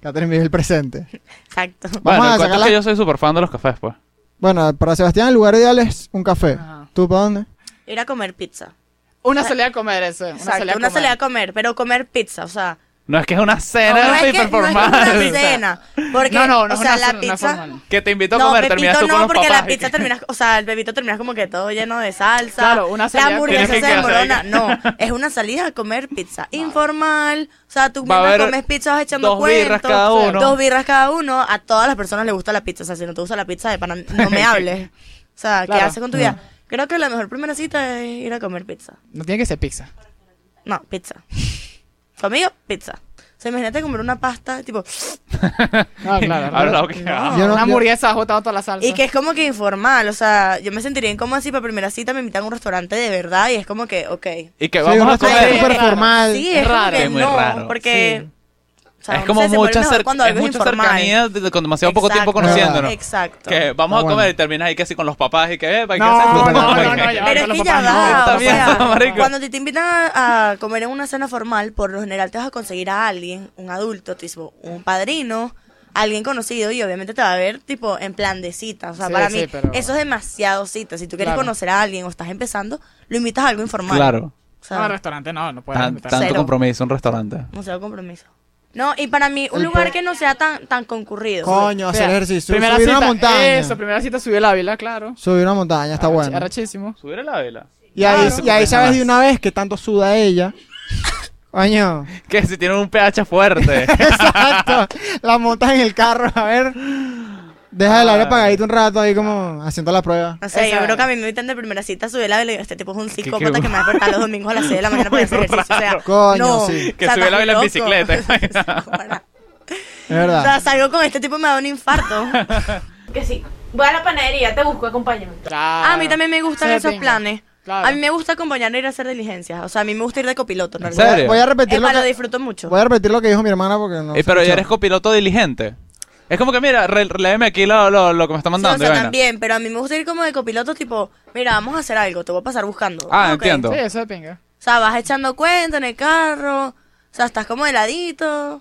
S1: Catherine vive el presente.
S4: Exacto.
S1: Vamos
S2: Bueno,
S1: a
S2: el cuento es
S1: sacarla-
S2: que yo soy súper fan de los cafés, pues.
S1: Bueno, para Sebastián el lugar ideal es un café.
S3: Ajá.
S1: ¿Tú para dónde?
S4: Ir a comer pizza.
S3: Una salida a comer, eso. es, Una
S4: Exacto,
S3: salida a
S4: una
S3: comer.
S4: salida a comer, pero comer pizza, o sea,
S2: No es que es una
S4: no,
S2: cena
S4: es que, no es como
S2: hiperformal.
S4: una
S2: que,
S4: cena, porque
S3: No, no, no
S4: o
S3: es
S4: sea,
S3: una
S4: la
S3: cena, no es
S4: pizza
S3: formal.
S2: te invito a
S4: no,
S2: comer,
S4: Pepito
S2: terminas tú con
S4: no,
S2: los
S4: porque
S2: papás.
S4: la pizza terminas, o sea, el bebito terminas como que todo lleno de salsa.
S3: Claro, una salida
S4: La
S2: tienes
S4: hamburguesa
S2: que
S4: se
S2: quedar
S4: desmorona. No, es una salida a comer pizza informal. O sea, tú
S2: Va a
S4: misma
S2: haber
S4: comes pizza vas echando
S2: dos
S4: cuentos.
S2: birras cada
S4: o sea,
S2: uno.
S4: Dos birras cada uno. A todas las personas les gusta la pizza. O sea, si no te gusta la pizza, de pana, no me hables. O sea, ¿qué
S3: Claro.
S4: haces con tu
S2: Mm.
S4: vida? Creo que la mejor primera cita es ir a comer pizza.
S3: No tiene que ser pizza.
S4: No, pizza. Conmigo, pizza. O sea, imagínate comer una pasta, tipo,
S1: Ah,
S3: No, claro.
S2: Ahora
S3: claro.
S2: lo que hago.
S1: Yo no-
S3: Una
S1: yo-
S3: hamburguesa agotada toda la salsa.
S4: y que es como que informal, o sea, yo me sentiría incómoda si para primera cita me invitan a un restaurante de verdad y es como que, ok.
S2: Y que
S1: Sí,
S2: vamos
S1: un
S2: a
S1: restaurante
S2: comer.
S3: súper
S1: súper formal.
S4: Sí, es
S3: raro.
S4: raro.
S2: Es muy
S4: no,
S2: raro,
S4: porque... o sea,
S2: es
S4: uno
S2: como
S4: se- se vuelve
S2: mucha,
S4: mejor
S2: cer-
S4: cuando
S2: es
S4: algo es
S2: mucha
S4: informal.
S2: cercanía de- con demasiado poco tiempo
S4: Exacto.
S2: conociéndonos.
S4: Exacto.
S2: Que vamos
S1: Está
S2: a comer
S1: Ah, bueno.
S2: y terminas ahí casi con los papás y que, eh, ¿para qué
S3: No,
S2: haces tú?
S1: no, no,
S2: ¿para
S1: no,
S2: qué?
S3: ya.
S4: Pero es
S3: Con
S4: que
S3: los
S4: ya
S3: papás no,
S4: va,
S2: está
S4: o
S2: bien,
S4: sea,
S2: marico.
S4: cuando te, te invitan a, a comer en una cena formal, por lo general te vas a conseguir a alguien, un adulto, tipo un padrino, alguien conocido y obviamente te va a ver tipo en plan de cita. O sea,
S3: Sí,
S4: para
S3: sí,
S4: mí
S3: pero-
S4: eso es demasiado cita. Si tú quieres
S3: Claro.
S4: conocer a alguien o estás empezando, lo invitas a algo informal.
S2: Claro.
S4: O
S3: No,
S4: sea,
S3: al restaurante no, no puedes
S2: Tan-
S3: invitar.
S2: tanto
S4: Cero.
S2: compromiso, un restaurante.
S4: demasiado compromiso. No, y para mí un
S1: El
S4: lugar
S1: po-
S4: que no sea tan tan concurrido.
S1: Coño, hacer
S3: O sea,
S1: ejercicio.
S3: Primera
S1: Subir
S3: cita,
S1: una montaña.
S3: Eso, primera cita subió el Ávila, claro.
S1: Subir una montaña está
S3: Arrachi-
S1: bueno. Ah,
S3: Arrachísimo.
S2: Subir el vela.
S1: Y ahí,
S3: Claro.
S1: y ahí sabes de una vez que tanto suda ella. Coño.
S2: Que si tienen un pH fuerte.
S1: Exacto. La montas en el carro, a ver. Deja el
S3: Ah.
S1: aire apagadito un rato ahí como haciendo la prueba.
S4: No sé,
S3: Esa-
S4: yo creo que a mí me invitan de primera cita, subí la vela y digo, este tipo es un
S2: qué-
S4: psicópata que me va a despertar los domingos a las 6 de la mañana para hacer ejercicio. O sea,
S1: Coño,
S4: no,
S1: sí.
S2: Que
S4: o sea,
S2: sube la
S4: estás
S2: vela en
S4: loco.
S2: bicicleta.
S4: Psicópata.
S1: Es
S4: o sea,
S1: verdad.
S4: salgo con este tipo y me da un infarto.
S5: Que sí. Voy a la panadería, te busco, acompáñame.
S3: Claro.
S4: Ah,
S1: Ah.
S4: a mí también me gustan
S3: Sí,
S4: esos
S3: pinga.
S4: planes.
S3: Claro.
S4: A mí me gusta acompañar a ir a hacer diligencias. O sea, a mí me gusta ir de copiloto. ¿no?
S2: ¿En serio?
S1: Voy a repetir lo
S4: Epa, lo
S1: que,
S4: disfruto mucho.
S1: voy a repetir lo que dijo mi hermana porque no.
S2: Eh,
S1: se
S2: pero ya
S1: escuchó.
S2: eres copiloto diligente. Es como que, mira, re- léeme aquí lo, lo- lo que me está
S4: Sí, o
S2: mandando. y
S4: sea,
S2: vaina.
S4: también, pero a mí me gusta ir como de copiloto, tipo, mira, vamos a hacer algo, te voy a pasar buscando.
S2: Ah,
S4: ok.
S2: entiendo.
S3: Sí, eso es pinga.
S4: O sea, vas echando cuenta en el carro. O sea, estás como heladito.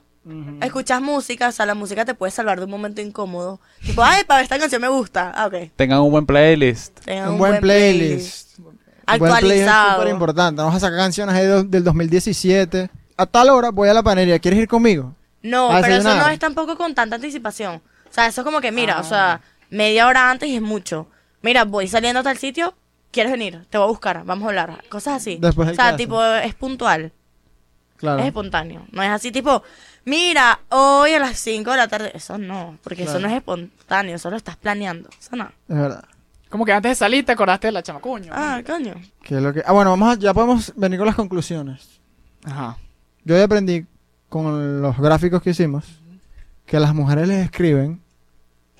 S4: Escuchas música. O sea, la música te puede salvar de un momento incómodo. Tipo, ay, para esta canción me gusta. Ah, ok.
S2: Tengan un buen playlist.
S4: Tenga
S1: un buen playlist. Un buen playlist es
S4: Actualizado.
S1: súper importante. Vamos a sacar canciones ahí do- del 2017. A tal hora voy a la panería. ¿Quieres ir conmigo?
S4: no,
S1: ¿Vas a
S4: pero eso no
S1: desayunar?
S4: es tampoco con tanta anticipación.
S1: Ah.
S4: O sea, eso es como que, mira, o sea, media hora antes y es mucho. Mira, voy saliendo a tal sitio, ¿Quieres venir? Te voy a buscar, vamos a hablar. Cosas así.
S1: Después
S4: o
S1: del
S4: sea,
S1: clase.
S4: tipo, es puntual.
S1: Claro.
S4: Es espontáneo. No es así tipo, mira, hoy a las 5 de la tarde. Eso no, porque eso
S1: Claro.
S4: no es espontáneo, eso lo estás planeando. Eso no.
S1: Es verdad.
S3: Como que antes de salir te acordaste de la chamacuño.
S4: Ah, coño.
S1: ¿Qué es lo que... Ah, bueno, vamos a- ya podemos venir con las conclusiones.
S3: Ajá.
S1: Yo ya aprendí con los gráficos que hicimos que las mujeres les escriben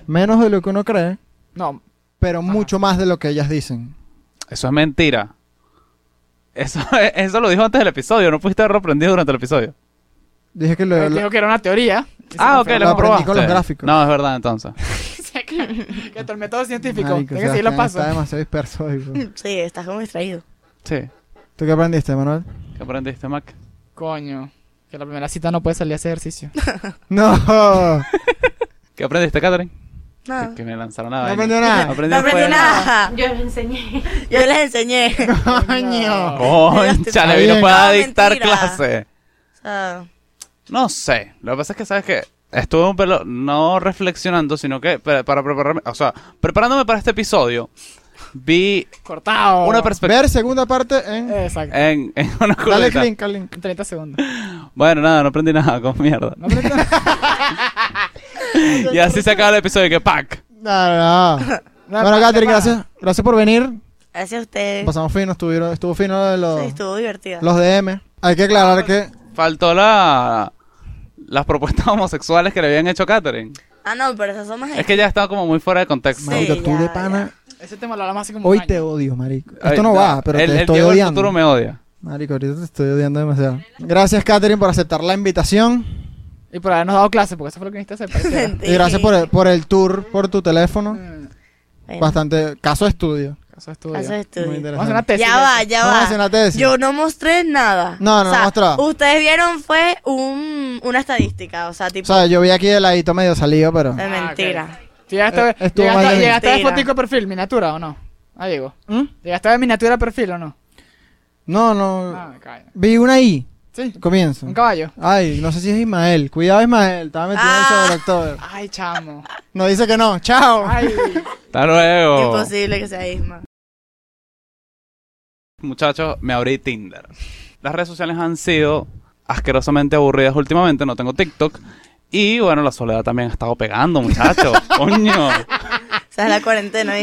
S1: menos de lo que uno cree,
S3: No,
S1: pero mucho más de lo que ellas dicen.
S2: Eso es mentira. Eso, eso lo dijo antes del episodio. No pudiste haberlo aprendido durante el episodio.
S1: Dije que lo,
S3: pero
S1: lo-
S3: eh, dijo que era una teoría. y se
S2: ah, ok, lo,
S3: confirmó.
S1: Lo aprendí
S2: comprobaste.
S1: con los gráficos.
S2: No, es verdad, entonces.
S3: O sea, que, que hasta el método científico.
S1: Marico,
S3: Tengo que seguir los
S1: Sebastián
S3: pasos.
S1: Está demasiado disperso hoy, bro.
S4: Sí, estás como distraído.
S2: Sí.
S1: ¿Tú qué aprendiste, Manuel?
S2: ¿Qué aprendiste, Mac?
S3: Coño. Que la primera cita no puede salir a hacer ejercicio.
S1: No, no
S2: ¿Qué aprendiste, Catherine?
S4: Nada.
S2: Que me lanzaron nada.
S1: aprendió nada.
S4: Ah. No aprendí
S2: fue-
S4: nada.
S5: Yo les enseñé.
S4: Yo les enseñé.
S1: Coño.
S2: Concha,
S1: Está
S2: vino
S1: bien.
S2: para
S4: No,
S2: dictar
S4: mentira.
S2: clase.
S4: O sea,
S2: No sé. Lo que pasa es que, ¿sabes que Estuve un pelo, no reflexionando, sino que pa- para prepararme, o sea, preparándome para este episodio, vi
S3: Cortado.
S2: una Eh. perspectiva
S1: Ver segunda parte en...
S3: Exacto.
S2: en, en una
S1: Dale
S2: coleta.
S1: click al link.
S3: 30 segundos.
S2: Bueno, nada, no aprendí nada con mierda.
S3: No, pero-
S2: Y así se acaba el episodio que pack.
S1: No, no. Bueno, Catherine, gracias. Gracias por venir.
S4: gracias a ustedes.
S1: Pasamos fino, estuvieron, estuvo fino de los,
S4: Eh. Sí, estuvo divertida.
S1: los DM. Hay que aclarar que...
S2: Faltó la las propuestas homosexuales que le habían hecho a Catherine.
S4: Ah, no, pero esas son más.
S2: Es que ya estaba como muy fuera de contexto.
S4: Sí.
S1: Marico, tú
S4: ya,
S1: de pana...
S3: Ese tema lo hablamos hace como un
S1: Hoy
S3: año.
S1: te odio, marico.
S2: Ay,
S1: Esto no va, pero
S2: el,
S1: te
S2: el
S1: estoy
S2: Diego del
S1: odiando.
S2: futuro me odia.
S1: Marico, ahorita te estoy odiando demasiado. Gracias, Katherine, por aceptar la invitación.
S3: Y por habernos dado clase, porque eso fue lo que necesitas hacer. pareciera.
S1: Y gracias por el, por el tour, por tu teléfono.
S3: Mm,
S4: Bueno,
S1: Bastante... Caso de estudio.
S3: Caso de estudio.
S4: Caso de estudio.
S1: Muy interesante.
S3: Vamos a hacer una tesis.
S4: Ya va, ya
S1: Vamos a hacer
S4: va.
S1: una tesis.
S4: Yo no mostré nada.
S1: No, no,
S4: O sea,
S1: no mostraba.
S4: Ustedes vieron fue un, una estadística, o sea,
S1: O
S4: tipo
S1: sea, yo vi aquí el ladito medio salido, pero...
S4: de mentira.
S3: Sí, Llegaste,
S1: Eh, estuvo
S3: llegaste-
S1: mal de mí.
S3: llegaste a ver
S4: Mentira.
S3: fotico de perfil, miniatura o no. Ah, llegó.
S1: ¿Mm? Mm.
S3: ¿Llegaste a ver miniatura de perfil o no?
S1: No, no...
S3: Ah, cae.
S1: Vi una I.
S3: Sí.
S1: Comienzo.
S3: Un caballo.
S1: Ay, no sé si es Ismael. Cuidado, Ismael. Estaba metido
S4: Ah.
S1: en el doctor.
S3: Ay, chamo.
S1: Nos dice que no. Chao.
S3: Ay.
S2: Hasta luego.
S4: Imposible que sea Isma.
S2: Muchachos, me abrí Tinder. Las redes sociales han sido asquerosamente aburridas últimamente, no tengo TikTok. Y bueno, la soledad también ha estado pegando, muchachos. Coño.
S4: O sea, es la cuarentena, ¿viste?